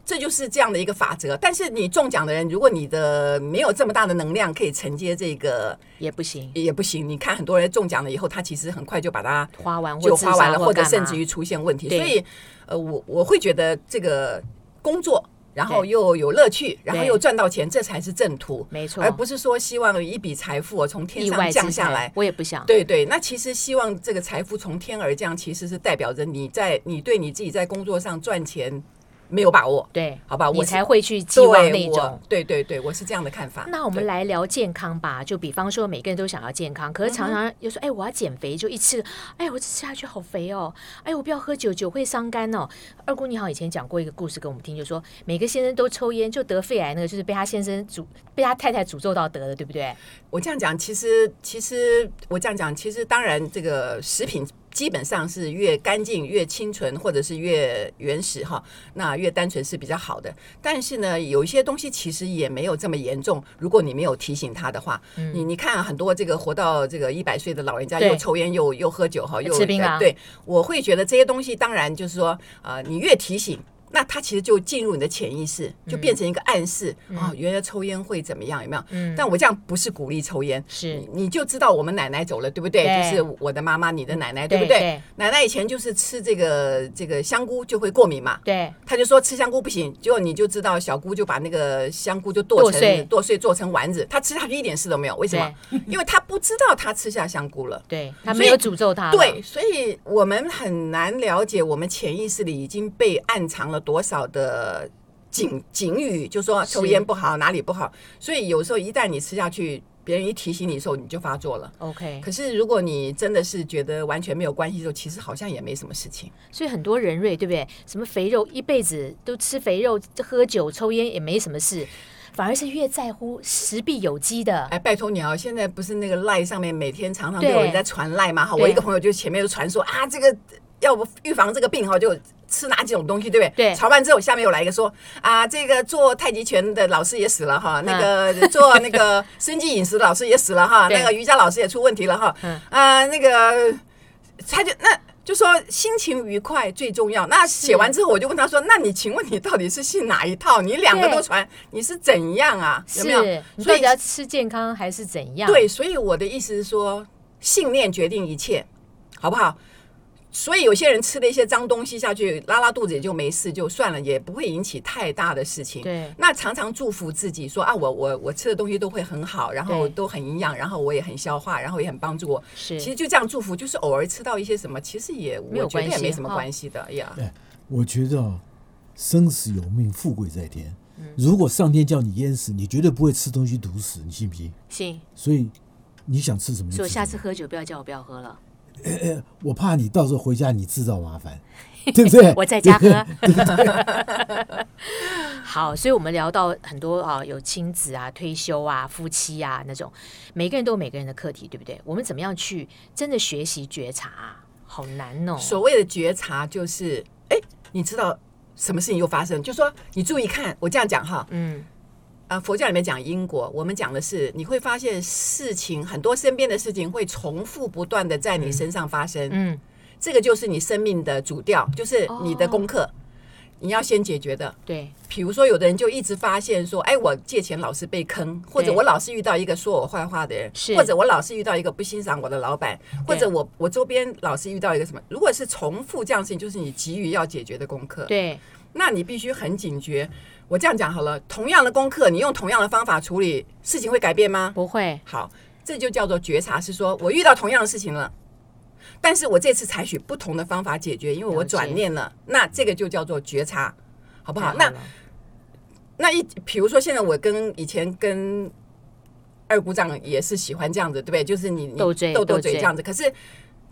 Speaker 6: 这就是这样的一个法则。但是你中奖的人，如果你的没有这么大的能量可以承接这个，
Speaker 4: 也不行，
Speaker 6: 也不行。你看很多人中奖了以后，他其实很快就把它
Speaker 4: 花完或
Speaker 6: 就
Speaker 4: 自
Speaker 6: 花完了，
Speaker 4: 杀
Speaker 6: 或者
Speaker 4: 干
Speaker 6: 甚
Speaker 4: 嘛
Speaker 6: 至于出现问题。
Speaker 4: 对
Speaker 6: 所以，呃，我我会觉得这个工作，然后
Speaker 4: 对
Speaker 6: 又有乐趣，然后
Speaker 4: 对
Speaker 6: 又赚到钱，这才是正途，
Speaker 4: 没错
Speaker 6: 哎而不是说希望有一笔财富哦从天
Speaker 4: 意
Speaker 6: 上
Speaker 4: 外之
Speaker 6: 降下
Speaker 4: 财
Speaker 6: 来。
Speaker 4: 我也不想。
Speaker 6: 对对，那其实希望这个财富从天而降，其实是代表着你在你对你自己在工作上赚钱没有把握。
Speaker 4: 对，
Speaker 6: 好吧
Speaker 4: 你
Speaker 6: 我是
Speaker 4: 才会去寄
Speaker 6: 对，
Speaker 4: 望那
Speaker 6: 我
Speaker 4: 种。
Speaker 6: 对对对，我是这样的看法。
Speaker 4: 那我们
Speaker 6: 对
Speaker 4: 来聊健康吧，就比方说每个人都想要健康，
Speaker 6: 嗯
Speaker 4: 可是常常又说，哎，我要减肥，就一吃，哎，我这吃下去好肥哦，哎，我不要喝酒，酒会伤肝哦。二姑你好，以前讲过一个故事给我们听，就说每个先生都抽烟，就得肺癌那个，就是被他先生诅，被他太太诅咒到得的，对不对？
Speaker 6: 我这样讲，其实其实我这样讲，其实当然这个食品基本上是越干净、越清纯，或者是越原始哈，那越单纯是比较好的。但是呢，有一些东西其实也没有这么严重，如果你没有提醒他的话，你你看、很多这个活到这个一百岁的老人家
Speaker 4: 嗯对
Speaker 6: 又抽烟又又喝酒哈，又
Speaker 4: 吃槟榔
Speaker 6: 呃对，我会觉得这些东西当然就是说，呃，你越提醒。那它其实就进入你的潜意识，就变成一个暗示啊、原来抽烟会怎么样，有没有？
Speaker 4: 嗯
Speaker 6: 但我这样不是鼓励抽烟，
Speaker 4: 是
Speaker 6: 你你就知道我们奶奶走了，对不对？
Speaker 4: 对
Speaker 6: 就是我的妈妈，你的奶奶，
Speaker 4: 对
Speaker 6: 对不对？
Speaker 4: 对
Speaker 6: 奶奶以前就是吃这个这个香菇就会过敏嘛，
Speaker 4: 对，
Speaker 6: 她就说吃香菇不行，结果你就知道小姑就把那个香菇就
Speaker 4: 剁
Speaker 6: 剁成
Speaker 4: 碎
Speaker 6: 剁碎做成丸子，她吃下去一点事都没有，为什么？
Speaker 4: <laughs>
Speaker 6: 因为她不知道她吃下香菇了。
Speaker 4: 对他
Speaker 6: 所
Speaker 4: 没有
Speaker 6: 以
Speaker 4: 诅咒他了，
Speaker 6: 对，所以我们很难了解我们潜意识里已经被暗藏了多少的警警语，就说抽
Speaker 4: 嗯是
Speaker 6: 烟不好，哪里不好。所以有时候一旦你吃下去，别人一提醒你的时候，你就发作了。
Speaker 4: ，OK。
Speaker 6: 可是如果你真的是觉得完全没有关系的时候，其实好像也没什么事情。
Speaker 4: 所以很多人瑞，对不对？什么肥肉，一辈子都吃肥肉、喝酒、抽烟也没什么事，反而是越在乎食必有机的。
Speaker 6: 哎，拜托你啊！现在不是那个赖上面每天常常都有
Speaker 4: 对
Speaker 6: 人在传赖嘛？哈，
Speaker 4: 对
Speaker 6: 我一个朋友就前面就传说啊，这个要不预防这个病哈，就吃哪几种东西，对不对？
Speaker 4: 对
Speaker 6: 传完之后，下面又来一个说啊，这个做太极拳的老师也死了哈，那个做那个生计饮食的老师也死了哈，
Speaker 4: 嗯 <laughs> 对嗯
Speaker 6: 那个瑜伽老师也出问题了哈，啊，那个他就那。就说心情愉快最重要。那写
Speaker 4: 嗯
Speaker 6: 完之后，我就问他说：“那你请问你到底是信哪一套？你两个
Speaker 4: 对
Speaker 6: 都传，你是怎样啊？有没有
Speaker 4: 是？你
Speaker 6: 所
Speaker 4: 到
Speaker 6: 以
Speaker 4: 底要吃健康还是怎样？
Speaker 6: 对，所以我的意思是说，信念决定一切，好不好？所以有些人吃了一些脏东西下去，拉拉肚子也就没事，就算了，也不会引起太大的事情。
Speaker 4: 对
Speaker 6: 那常常祝福自己说啊，我我我吃的东西都会很好，然后
Speaker 4: 对
Speaker 6: 都很营养，然后我也很消化，然后也很帮助我。
Speaker 4: 是
Speaker 6: 其实就这样祝福，就是偶尔吃到一些什么，其实也
Speaker 4: 没有
Speaker 6: 我觉得
Speaker 4: 关
Speaker 6: 也
Speaker 4: 系
Speaker 6: 没什么
Speaker 4: 哈
Speaker 6: 关系的呀。
Speaker 4: 嗯
Speaker 5: 哎，我觉得哦生死有命，富贵在天。如果上天叫你淹死，你绝对不会吃东西毒死，你信不信？
Speaker 4: 信。
Speaker 5: 所以你想吃什么就
Speaker 4: 所以我
Speaker 5: 吃什
Speaker 4: 下
Speaker 5: 么。
Speaker 4: 次喝酒不要叫我不要喝了。
Speaker 5: 我怕你到时候回家你制造
Speaker 4: <laughs>
Speaker 5: 麻烦，对不对？
Speaker 4: 我在
Speaker 5: <laughs>
Speaker 4: 家喝。 <laughs> 好，所以我们聊到很多啊，有亲子啊、退休啊、夫妻啊那种，每个人都有每个人的课题，对不对？我们怎么样去真的学习觉察啊、好难哦。
Speaker 6: 所谓的觉察就是，哎，你知道什么事情又发生，就说你注意看，我这样讲哈，
Speaker 4: 嗯，
Speaker 6: 啊，佛教里面讲因果，我们讲的是你会发现事情很多身边的事情会重复不断的在你身上发生，
Speaker 4: 嗯，
Speaker 6: 这个就是你生命的主调，就是你的功课，你要先解决的。
Speaker 4: 对，
Speaker 6: 比如说，有的人就一直发现说，哎，我借钱老是被坑，或者
Speaker 4: 对
Speaker 6: 我老是遇到一个说我坏话的人
Speaker 4: 是，
Speaker 6: 或者我老是遇到一个不欣赏我的老板，或者我我周边老是遇到一个什么。如果是重复这样的事情，就是你急于要解决的功课。
Speaker 4: 对，
Speaker 6: 那你必须很警觉。我这样讲好了，同样的功课，你用同样的方法处理，事情会改变吗？
Speaker 4: 不会，
Speaker 6: 好，这就叫做觉察，是说我遇到同样的事情了，但是我这次采取不同的方法解决，因为我
Speaker 4: 了解
Speaker 6: 转念了，那这个就叫做觉察，好不好？
Speaker 4: 太
Speaker 6: 那
Speaker 4: 了
Speaker 6: 那一比如说，现在我跟以前跟二姑丈也是喜欢这样子，对不对？就是你你
Speaker 4: 斗嘴
Speaker 6: 斗
Speaker 4: 斗
Speaker 6: 斗
Speaker 4: 嘴
Speaker 6: 嘴这样子。可是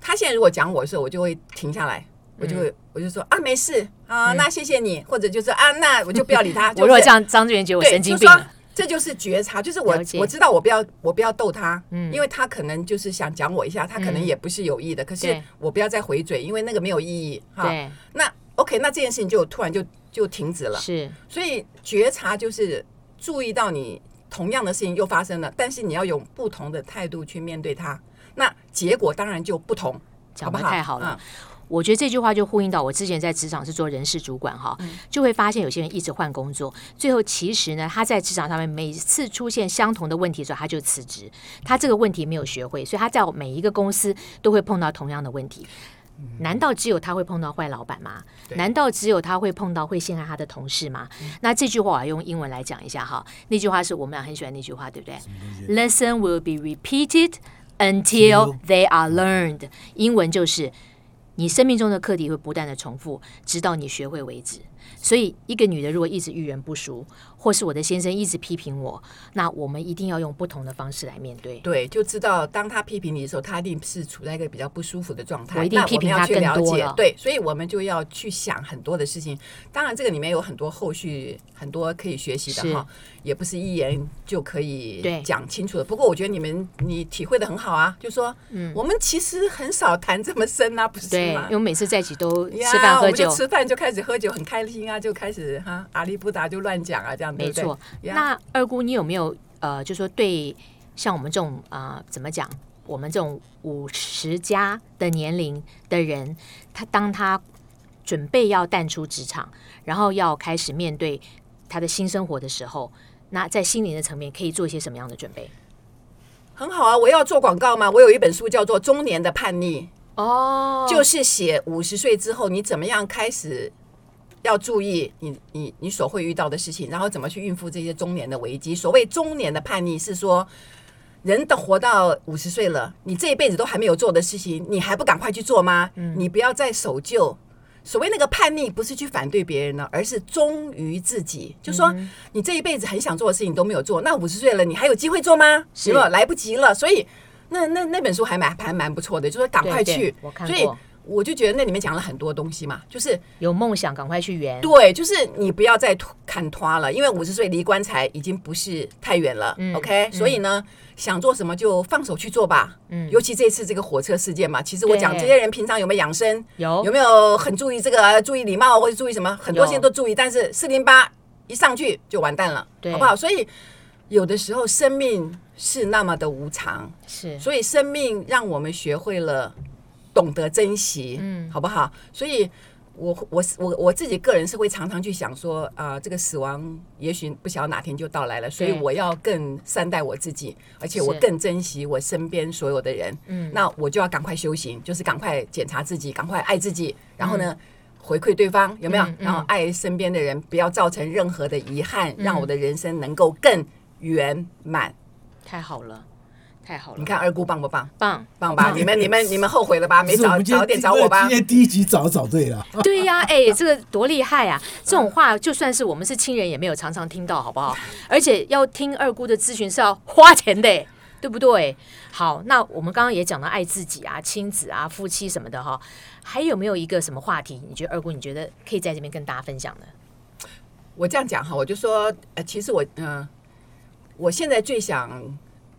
Speaker 6: 他现在如果讲我的时候，我就会停下
Speaker 4: 嗯
Speaker 6: 来，我就会、我就说啊，没事啊，那谢谢你，或者就是啊，那我就不要理他。
Speaker 4: <laughs> 我如果
Speaker 6: 就是
Speaker 4: 这样，张志远觉得我
Speaker 6: 对，
Speaker 4: 神经
Speaker 6: 就
Speaker 4: 病
Speaker 6: 说
Speaker 4: 了。
Speaker 6: 这就是觉察，就是我
Speaker 4: 了解
Speaker 6: 我知道我不要我不要逗他，
Speaker 4: 嗯
Speaker 6: 因为他可能就是想讲我一下，他可能
Speaker 4: 嗯
Speaker 6: 也不是有意的，可是
Speaker 4: 对
Speaker 6: 我不要再回嘴，因为那个没有意义哈。
Speaker 4: 对，
Speaker 6: 那 OK，那这件事情就突然就就停止了。
Speaker 4: 是
Speaker 6: 所以觉察就是注意到你同样的事情又发生了，但是你要用不同的态度去面对它，那结果当然就不同，好
Speaker 4: 讲
Speaker 6: 不
Speaker 4: 的
Speaker 6: 好？嗯
Speaker 4: 太好了。我觉得这句话就呼应到我之前在职场是做人事主管哈，
Speaker 6: 嗯
Speaker 4: 就会发现有些人一直换工作，最后其实呢，他在职场上面每次出现相同的问题的时候，他就辞职。他这个问题没有学会，所以他在每一个公司都会碰到同样的问题。难道只有他会碰到坏老板吗？
Speaker 6: 嗯对嗯
Speaker 4: 难道只有他会碰到会陷害他的同事吗？那这句话我要用英文来讲一下哈，那句话是我们俩很喜欢那句话，对不对？Lesson will be repeated until they are learned。英文就是你生命中的课题会不断的重复，直到你学会为止。所以，一个女的如果一直遇人不淑，或是我的先生一直批评我，那我们一定要用不同的方式来面对。
Speaker 6: 对，就知道当他批评你的时候，他一定是处在一个比较不舒服的状态。
Speaker 4: 我一定
Speaker 6: 那
Speaker 4: 批评
Speaker 6: 们
Speaker 4: 他
Speaker 6: 要去
Speaker 4: 更
Speaker 6: 了
Speaker 4: 多
Speaker 6: 解
Speaker 4: 了
Speaker 6: 对，所以我们就要去想很多的事情。当然，这个里面有很多后续很多可以学习
Speaker 4: 是
Speaker 6: 的哈，也不是一言就可
Speaker 4: 对
Speaker 6: 以讲清楚的。不过我觉得你们你体会的很好啊，就说，嗯，我们其实很少谈这么深啊，不是
Speaker 4: 对，
Speaker 6: 吗
Speaker 4: 因为？我们每次在一起都
Speaker 6: 呀
Speaker 4: 吃饭
Speaker 6: 我
Speaker 4: 喝
Speaker 6: 们就
Speaker 4: 酒，
Speaker 6: 吃饭就开始喝酒，很开心啊，就开始哈阿里不达就乱讲啊，这样对
Speaker 4: 没
Speaker 6: 不对？
Speaker 4: 错。
Speaker 6: 呀
Speaker 4: 那二姑，你有没有呃，就说对像我们这种啊、呃怎么讲，我们这种五十加的年龄的人，他当他准备要淡出职场，然后要开始面对他的新生活的时候，那在心灵的层面可以做一些什么样的准备？
Speaker 6: 很好啊，我要做广告嘛，我有一本书叫做《中年的叛逆》。
Speaker 4: 哦就
Speaker 6: 就是写五十岁之后你怎么样开始要注意你你你所会遇到的事情，然后怎么去应付这些中年的危机。所谓中年的叛逆是说。人都活到五十岁了，你这一辈子都还没有做的事情，你还不赶快去做吗？
Speaker 4: 嗯
Speaker 6: 你不要再守旧。所谓那个叛逆，不是去反对别人呢，而是忠于自己。就说
Speaker 4: 嗯
Speaker 6: 你这一辈子很想做的事情都没有做，那五十岁了，你还有机会做吗？
Speaker 4: 是
Speaker 6: 有没有来不及了？所以那那那本书还蛮还蛮不错的，就说赶快
Speaker 4: 对对
Speaker 6: 去。
Speaker 4: 我看
Speaker 6: 所
Speaker 4: 过
Speaker 6: 以我就觉得那里面讲了很多东西嘛，就是
Speaker 4: 有梦想，赶快去圆。
Speaker 6: 对，就是你不要再拖看拖了，因为五十岁离棺材已经不是太远了、
Speaker 4: 嗯
Speaker 6: o k
Speaker 4: 嗯
Speaker 6: 所以呢，想做什么就放手去做吧。
Speaker 4: 嗯
Speaker 6: 尤其这次这个火车事件嘛，其实我讲
Speaker 4: 对
Speaker 6: 这些人平常有没有养生，
Speaker 4: 有
Speaker 6: 有没有很注意这个注意礼貌或者注意什么，很多
Speaker 4: 有
Speaker 6: 事情都注意，但是四零八一上去就完蛋了，
Speaker 4: 对
Speaker 6: 好不好？所以有的时候生命是那么的无常，
Speaker 4: 是
Speaker 6: 所以生命让我们学会了懂得珍惜，
Speaker 4: 嗯
Speaker 6: 嗯，好不好？所以我我我我自己个人是会常常去想说，啊、这个死亡也许不晓得哪天就到来了，所以
Speaker 4: 对
Speaker 6: 我要更善待我自己，而且我
Speaker 4: 是
Speaker 6: 更珍惜我身边所有的人。
Speaker 4: 嗯
Speaker 6: 嗯，那我就要赶快修行，就是赶快检查自己，赶快爱自己，然后呢？回馈对方有没有？
Speaker 4: 嗯嗯嗯嗯
Speaker 6: 然后爱身边的人，不要造成任何的遗憾，让我的人生能够更圆满。
Speaker 4: 太好了。太好了
Speaker 6: 你，看二姑棒不棒？
Speaker 4: 棒！
Speaker 6: 棒吧？你们你
Speaker 5: <laughs>
Speaker 6: 们你们后悔了吧？没
Speaker 5: 不是我
Speaker 6: 早
Speaker 5: 们今天
Speaker 4: 哎
Speaker 6: 早点
Speaker 5: 第
Speaker 6: 找我吧
Speaker 5: 今。天第一集找找对了，
Speaker 6: <laughs>
Speaker 4: 对呀、哎，这个多厉害啊！这种话就算是我们是亲人，也没有常常听到，好不好？而且要听二姑的咨询是要花钱的，对不对？好，那我们刚刚也讲到爱自己啊、亲子啊、夫妻什么的哈，还有没有一个什么话题？你觉得二姑你觉得可以在这边跟大家分享的？
Speaker 6: 我这样讲哈，我就说，呃，其实我，嗯、我现在最想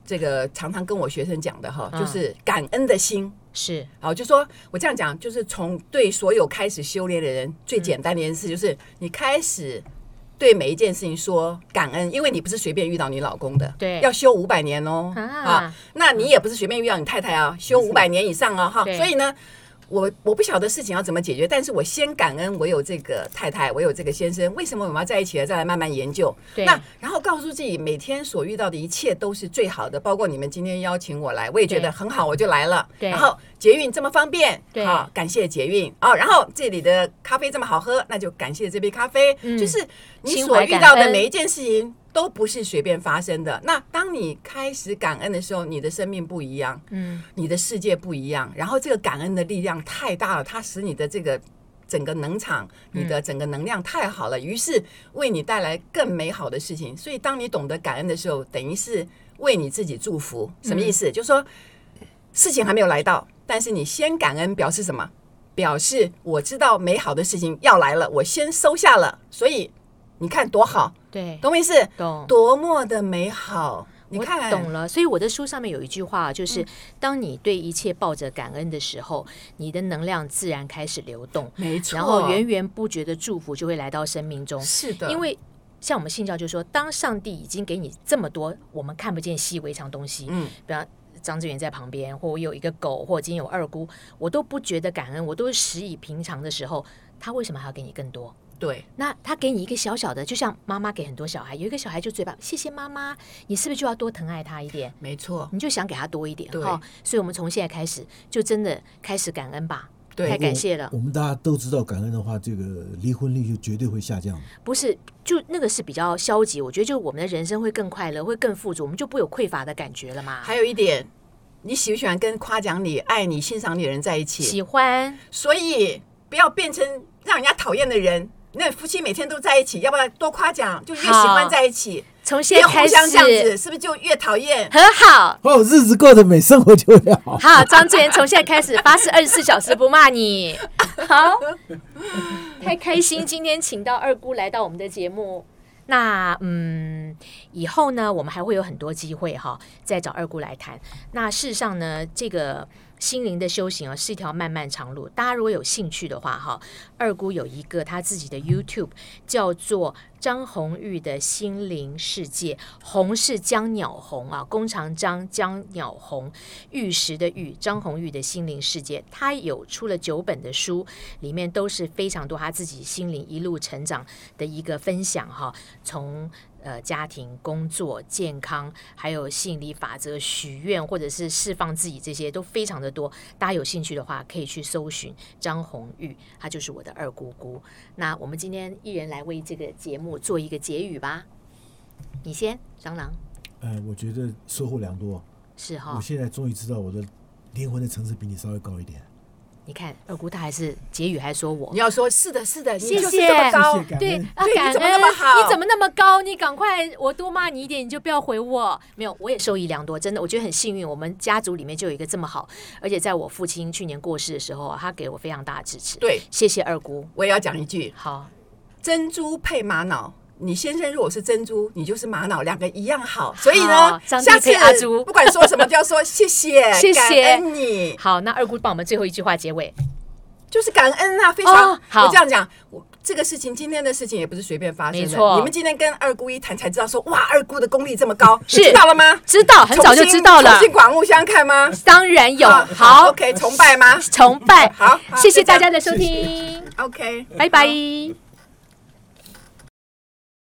Speaker 6: 这个常常跟我学生讲的哈，
Speaker 4: 嗯
Speaker 6: 就是感恩的心。
Speaker 4: 是
Speaker 6: 好，就说我这样讲，就是从对所有开始修炼的人，最简单的一件事就是你开始对每一件事情说感恩，因为你不是随便遇到你老公的，
Speaker 4: 对
Speaker 6: 要修五百年哦，
Speaker 4: 啊
Speaker 6: 啊，那你也不是随便遇到你太太啊，修五百年以上啊，哈，
Speaker 4: 对
Speaker 6: 所以呢。我我不晓得事情要怎么解决，但是我先感恩我有这个太太，我有这个先生，为什么我们要在一起了？再来慢慢研究。
Speaker 4: 对
Speaker 6: 那然后告诉自己，每天所遇到的一切都是最好的，包括你们今天邀请我来，我也觉
Speaker 4: 对
Speaker 6: 得很好，我就来了。
Speaker 4: 对
Speaker 6: 然后捷运这么方便，
Speaker 4: 对
Speaker 6: 好、感谢捷运哦。然后这里的咖啡这么好喝，那就感谢这杯咖啡。
Speaker 4: 嗯
Speaker 6: 就是你
Speaker 4: 心
Speaker 6: 所
Speaker 4: 怀
Speaker 6: 遇
Speaker 4: 感
Speaker 6: 到的
Speaker 4: 恩
Speaker 6: 每一件事情都不是随便发生的。那当你开始感恩的时候，你的生命不一样，
Speaker 4: 嗯，
Speaker 6: 你的世界不一样。然后这个感恩的力量太大了，它使你的这个。整个能场，你
Speaker 4: 嗯
Speaker 6: 的整个能量太好了，于是为你带来更美好的事情。所以，当你懂得感恩的时候，等于是为你自己祝福。什
Speaker 4: 嗯
Speaker 6: 么意思？就是说事情还没有来到，但是你先感恩，表示什么？表示我知道美好的事情要来了，我先收下了。所以你看多好，
Speaker 4: 对，
Speaker 6: 懂我意思？
Speaker 4: 懂。
Speaker 6: 多么的美好！你
Speaker 4: 我
Speaker 6: 看，嗯
Speaker 4: 懂了，所以我的书上面有一句话，就是、当你对一切抱着感恩的时候，你的能量自然开始流动，
Speaker 6: 没错，
Speaker 4: 然后源源不绝的祝福就会来到生命中。
Speaker 6: 是的，
Speaker 4: 因为像我们信教就说，当上帝已经给你这么多我们看不见习以为常东西，
Speaker 6: 嗯，
Speaker 4: 比方张志远在旁边，或我有一个狗，或我今天有二姑，我都不觉得感恩，我都是习以平常的时候，他为什么还要给你更多？
Speaker 6: 对，
Speaker 4: 那他给你一个小小的，就像妈妈给很多小孩，有一个小孩就嘴巴谢谢妈妈，你是不是就要多疼爱他一点？
Speaker 6: 没错，
Speaker 4: 你就想给他多一点
Speaker 6: 对
Speaker 4: 哈、所以我们从现在开始就真的开始感恩吧，
Speaker 6: 对
Speaker 4: 哎太感谢了
Speaker 5: 我。们大家都知道，感恩的话，这个离婚率就绝对会下降。
Speaker 4: 不是，就那个是比较消极，我觉得就是我们的人生会更快乐，会更富足，我们就不会有匮乏的感觉了嘛。
Speaker 6: 还有一点。你喜不喜欢跟夸奖你、爱你、欣赏你的人在一起？
Speaker 4: 喜欢
Speaker 6: 所以不要变成让人家讨厌的人。那夫妻每天都在一起，要不要多夸奖？就越喜欢在一起，
Speaker 4: 从现
Speaker 6: 别
Speaker 4: 在
Speaker 6: 互
Speaker 4: 开
Speaker 6: 相这样
Speaker 4: 始
Speaker 6: 子，是不是就越讨厌？
Speaker 4: 很好。
Speaker 5: 哦，日子过得美，生活就会好。
Speaker 4: 好，张志源从现在开始发誓二十四小时不
Speaker 6: <laughs>
Speaker 4: 骂你。好，太开心，今天请到二姑来到我们的节目。那嗯，以后呢，我们还会有很多机会哈，再找二姑来谈。那事实上呢，这个心灵的修行啊，是一条漫漫长路。大家如果有兴趣的话哈，二姑有一个她自己的 YouTube 叫做张红玉的心灵世界，红是江鸟红啊，弓长张江鸟红，玉石的玉，张红玉的心灵世界。她有出了九本的书，里面都是非常多她自己心灵一路成长的一个分享哈，从。呃，家庭、工作、健康，还有吸引力法则、许愿，或者是释放自己，这些都非常的多。大家有兴趣的话，可以去搜寻张红玉，她就是我的二姑姑。那我们今天一人来为这个节目做一个结语吧。你先，蟑螂
Speaker 5: 哎，我觉得收获良多。
Speaker 4: 是哈、
Speaker 5: 我现在终于知道我的灵魂的层次比你稍微高一点。
Speaker 4: 你看二姑她还是结语还说我
Speaker 6: 你，要说是的，是的，
Speaker 4: 谢
Speaker 6: 你就是
Speaker 4: 谢
Speaker 6: 这么高
Speaker 5: 谢谢，感
Speaker 4: 对
Speaker 5: 恩
Speaker 4: 啊，
Speaker 6: 对
Speaker 4: 感
Speaker 6: 你怎么
Speaker 4: 恩
Speaker 6: 那么好
Speaker 4: 你怎么那么高？你赶快，我多骂你一点，你就不要回我。没有，我也受益良多，真的，我觉得很幸运，我们家族里面就有一个这么好，而且在我父亲去年过世的时候啊，他给我非常大的支持。，
Speaker 6: 对，
Speaker 4: 谢谢二姑。
Speaker 6: 我也要讲一句：
Speaker 4: 好，
Speaker 6: 珍珠配玛瑙。你先生如果是珍珠，你就是玛瑙，两个一样好。所以
Speaker 4: 好
Speaker 6: 呢，
Speaker 4: 上帝
Speaker 6: 下次
Speaker 4: 配阿朱
Speaker 6: 不管说什么，就要说谢谢，
Speaker 4: <laughs> 谢谢
Speaker 6: 感恩你，
Speaker 4: 好，那二姑帮我们最后一句话结尾。
Speaker 6: 就是感恩啊，非常。
Speaker 4: 哦好
Speaker 6: 我这样讲，我这个事情，今天的事情也不是随便发生
Speaker 4: 没
Speaker 6: 的。
Speaker 4: 错
Speaker 6: 你们今天跟二姑一谈，才知道说，哇，二姑的功力这么
Speaker 4: <laughs>
Speaker 6: 高，
Speaker 4: 是
Speaker 6: 知道了吗？
Speaker 4: 知道，很早就知道了
Speaker 6: 重。新刮目相看吗？
Speaker 4: 当然有，
Speaker 6: 啊
Speaker 4: 好， <laughs>
Speaker 6: ，OK，崇拜吗
Speaker 4: 崇拜，
Speaker 6: 好好
Speaker 4: 谢谢
Speaker 6: 就这
Speaker 4: 大
Speaker 6: 样
Speaker 4: 家的收听，
Speaker 6: ？OK。
Speaker 4: 拜拜。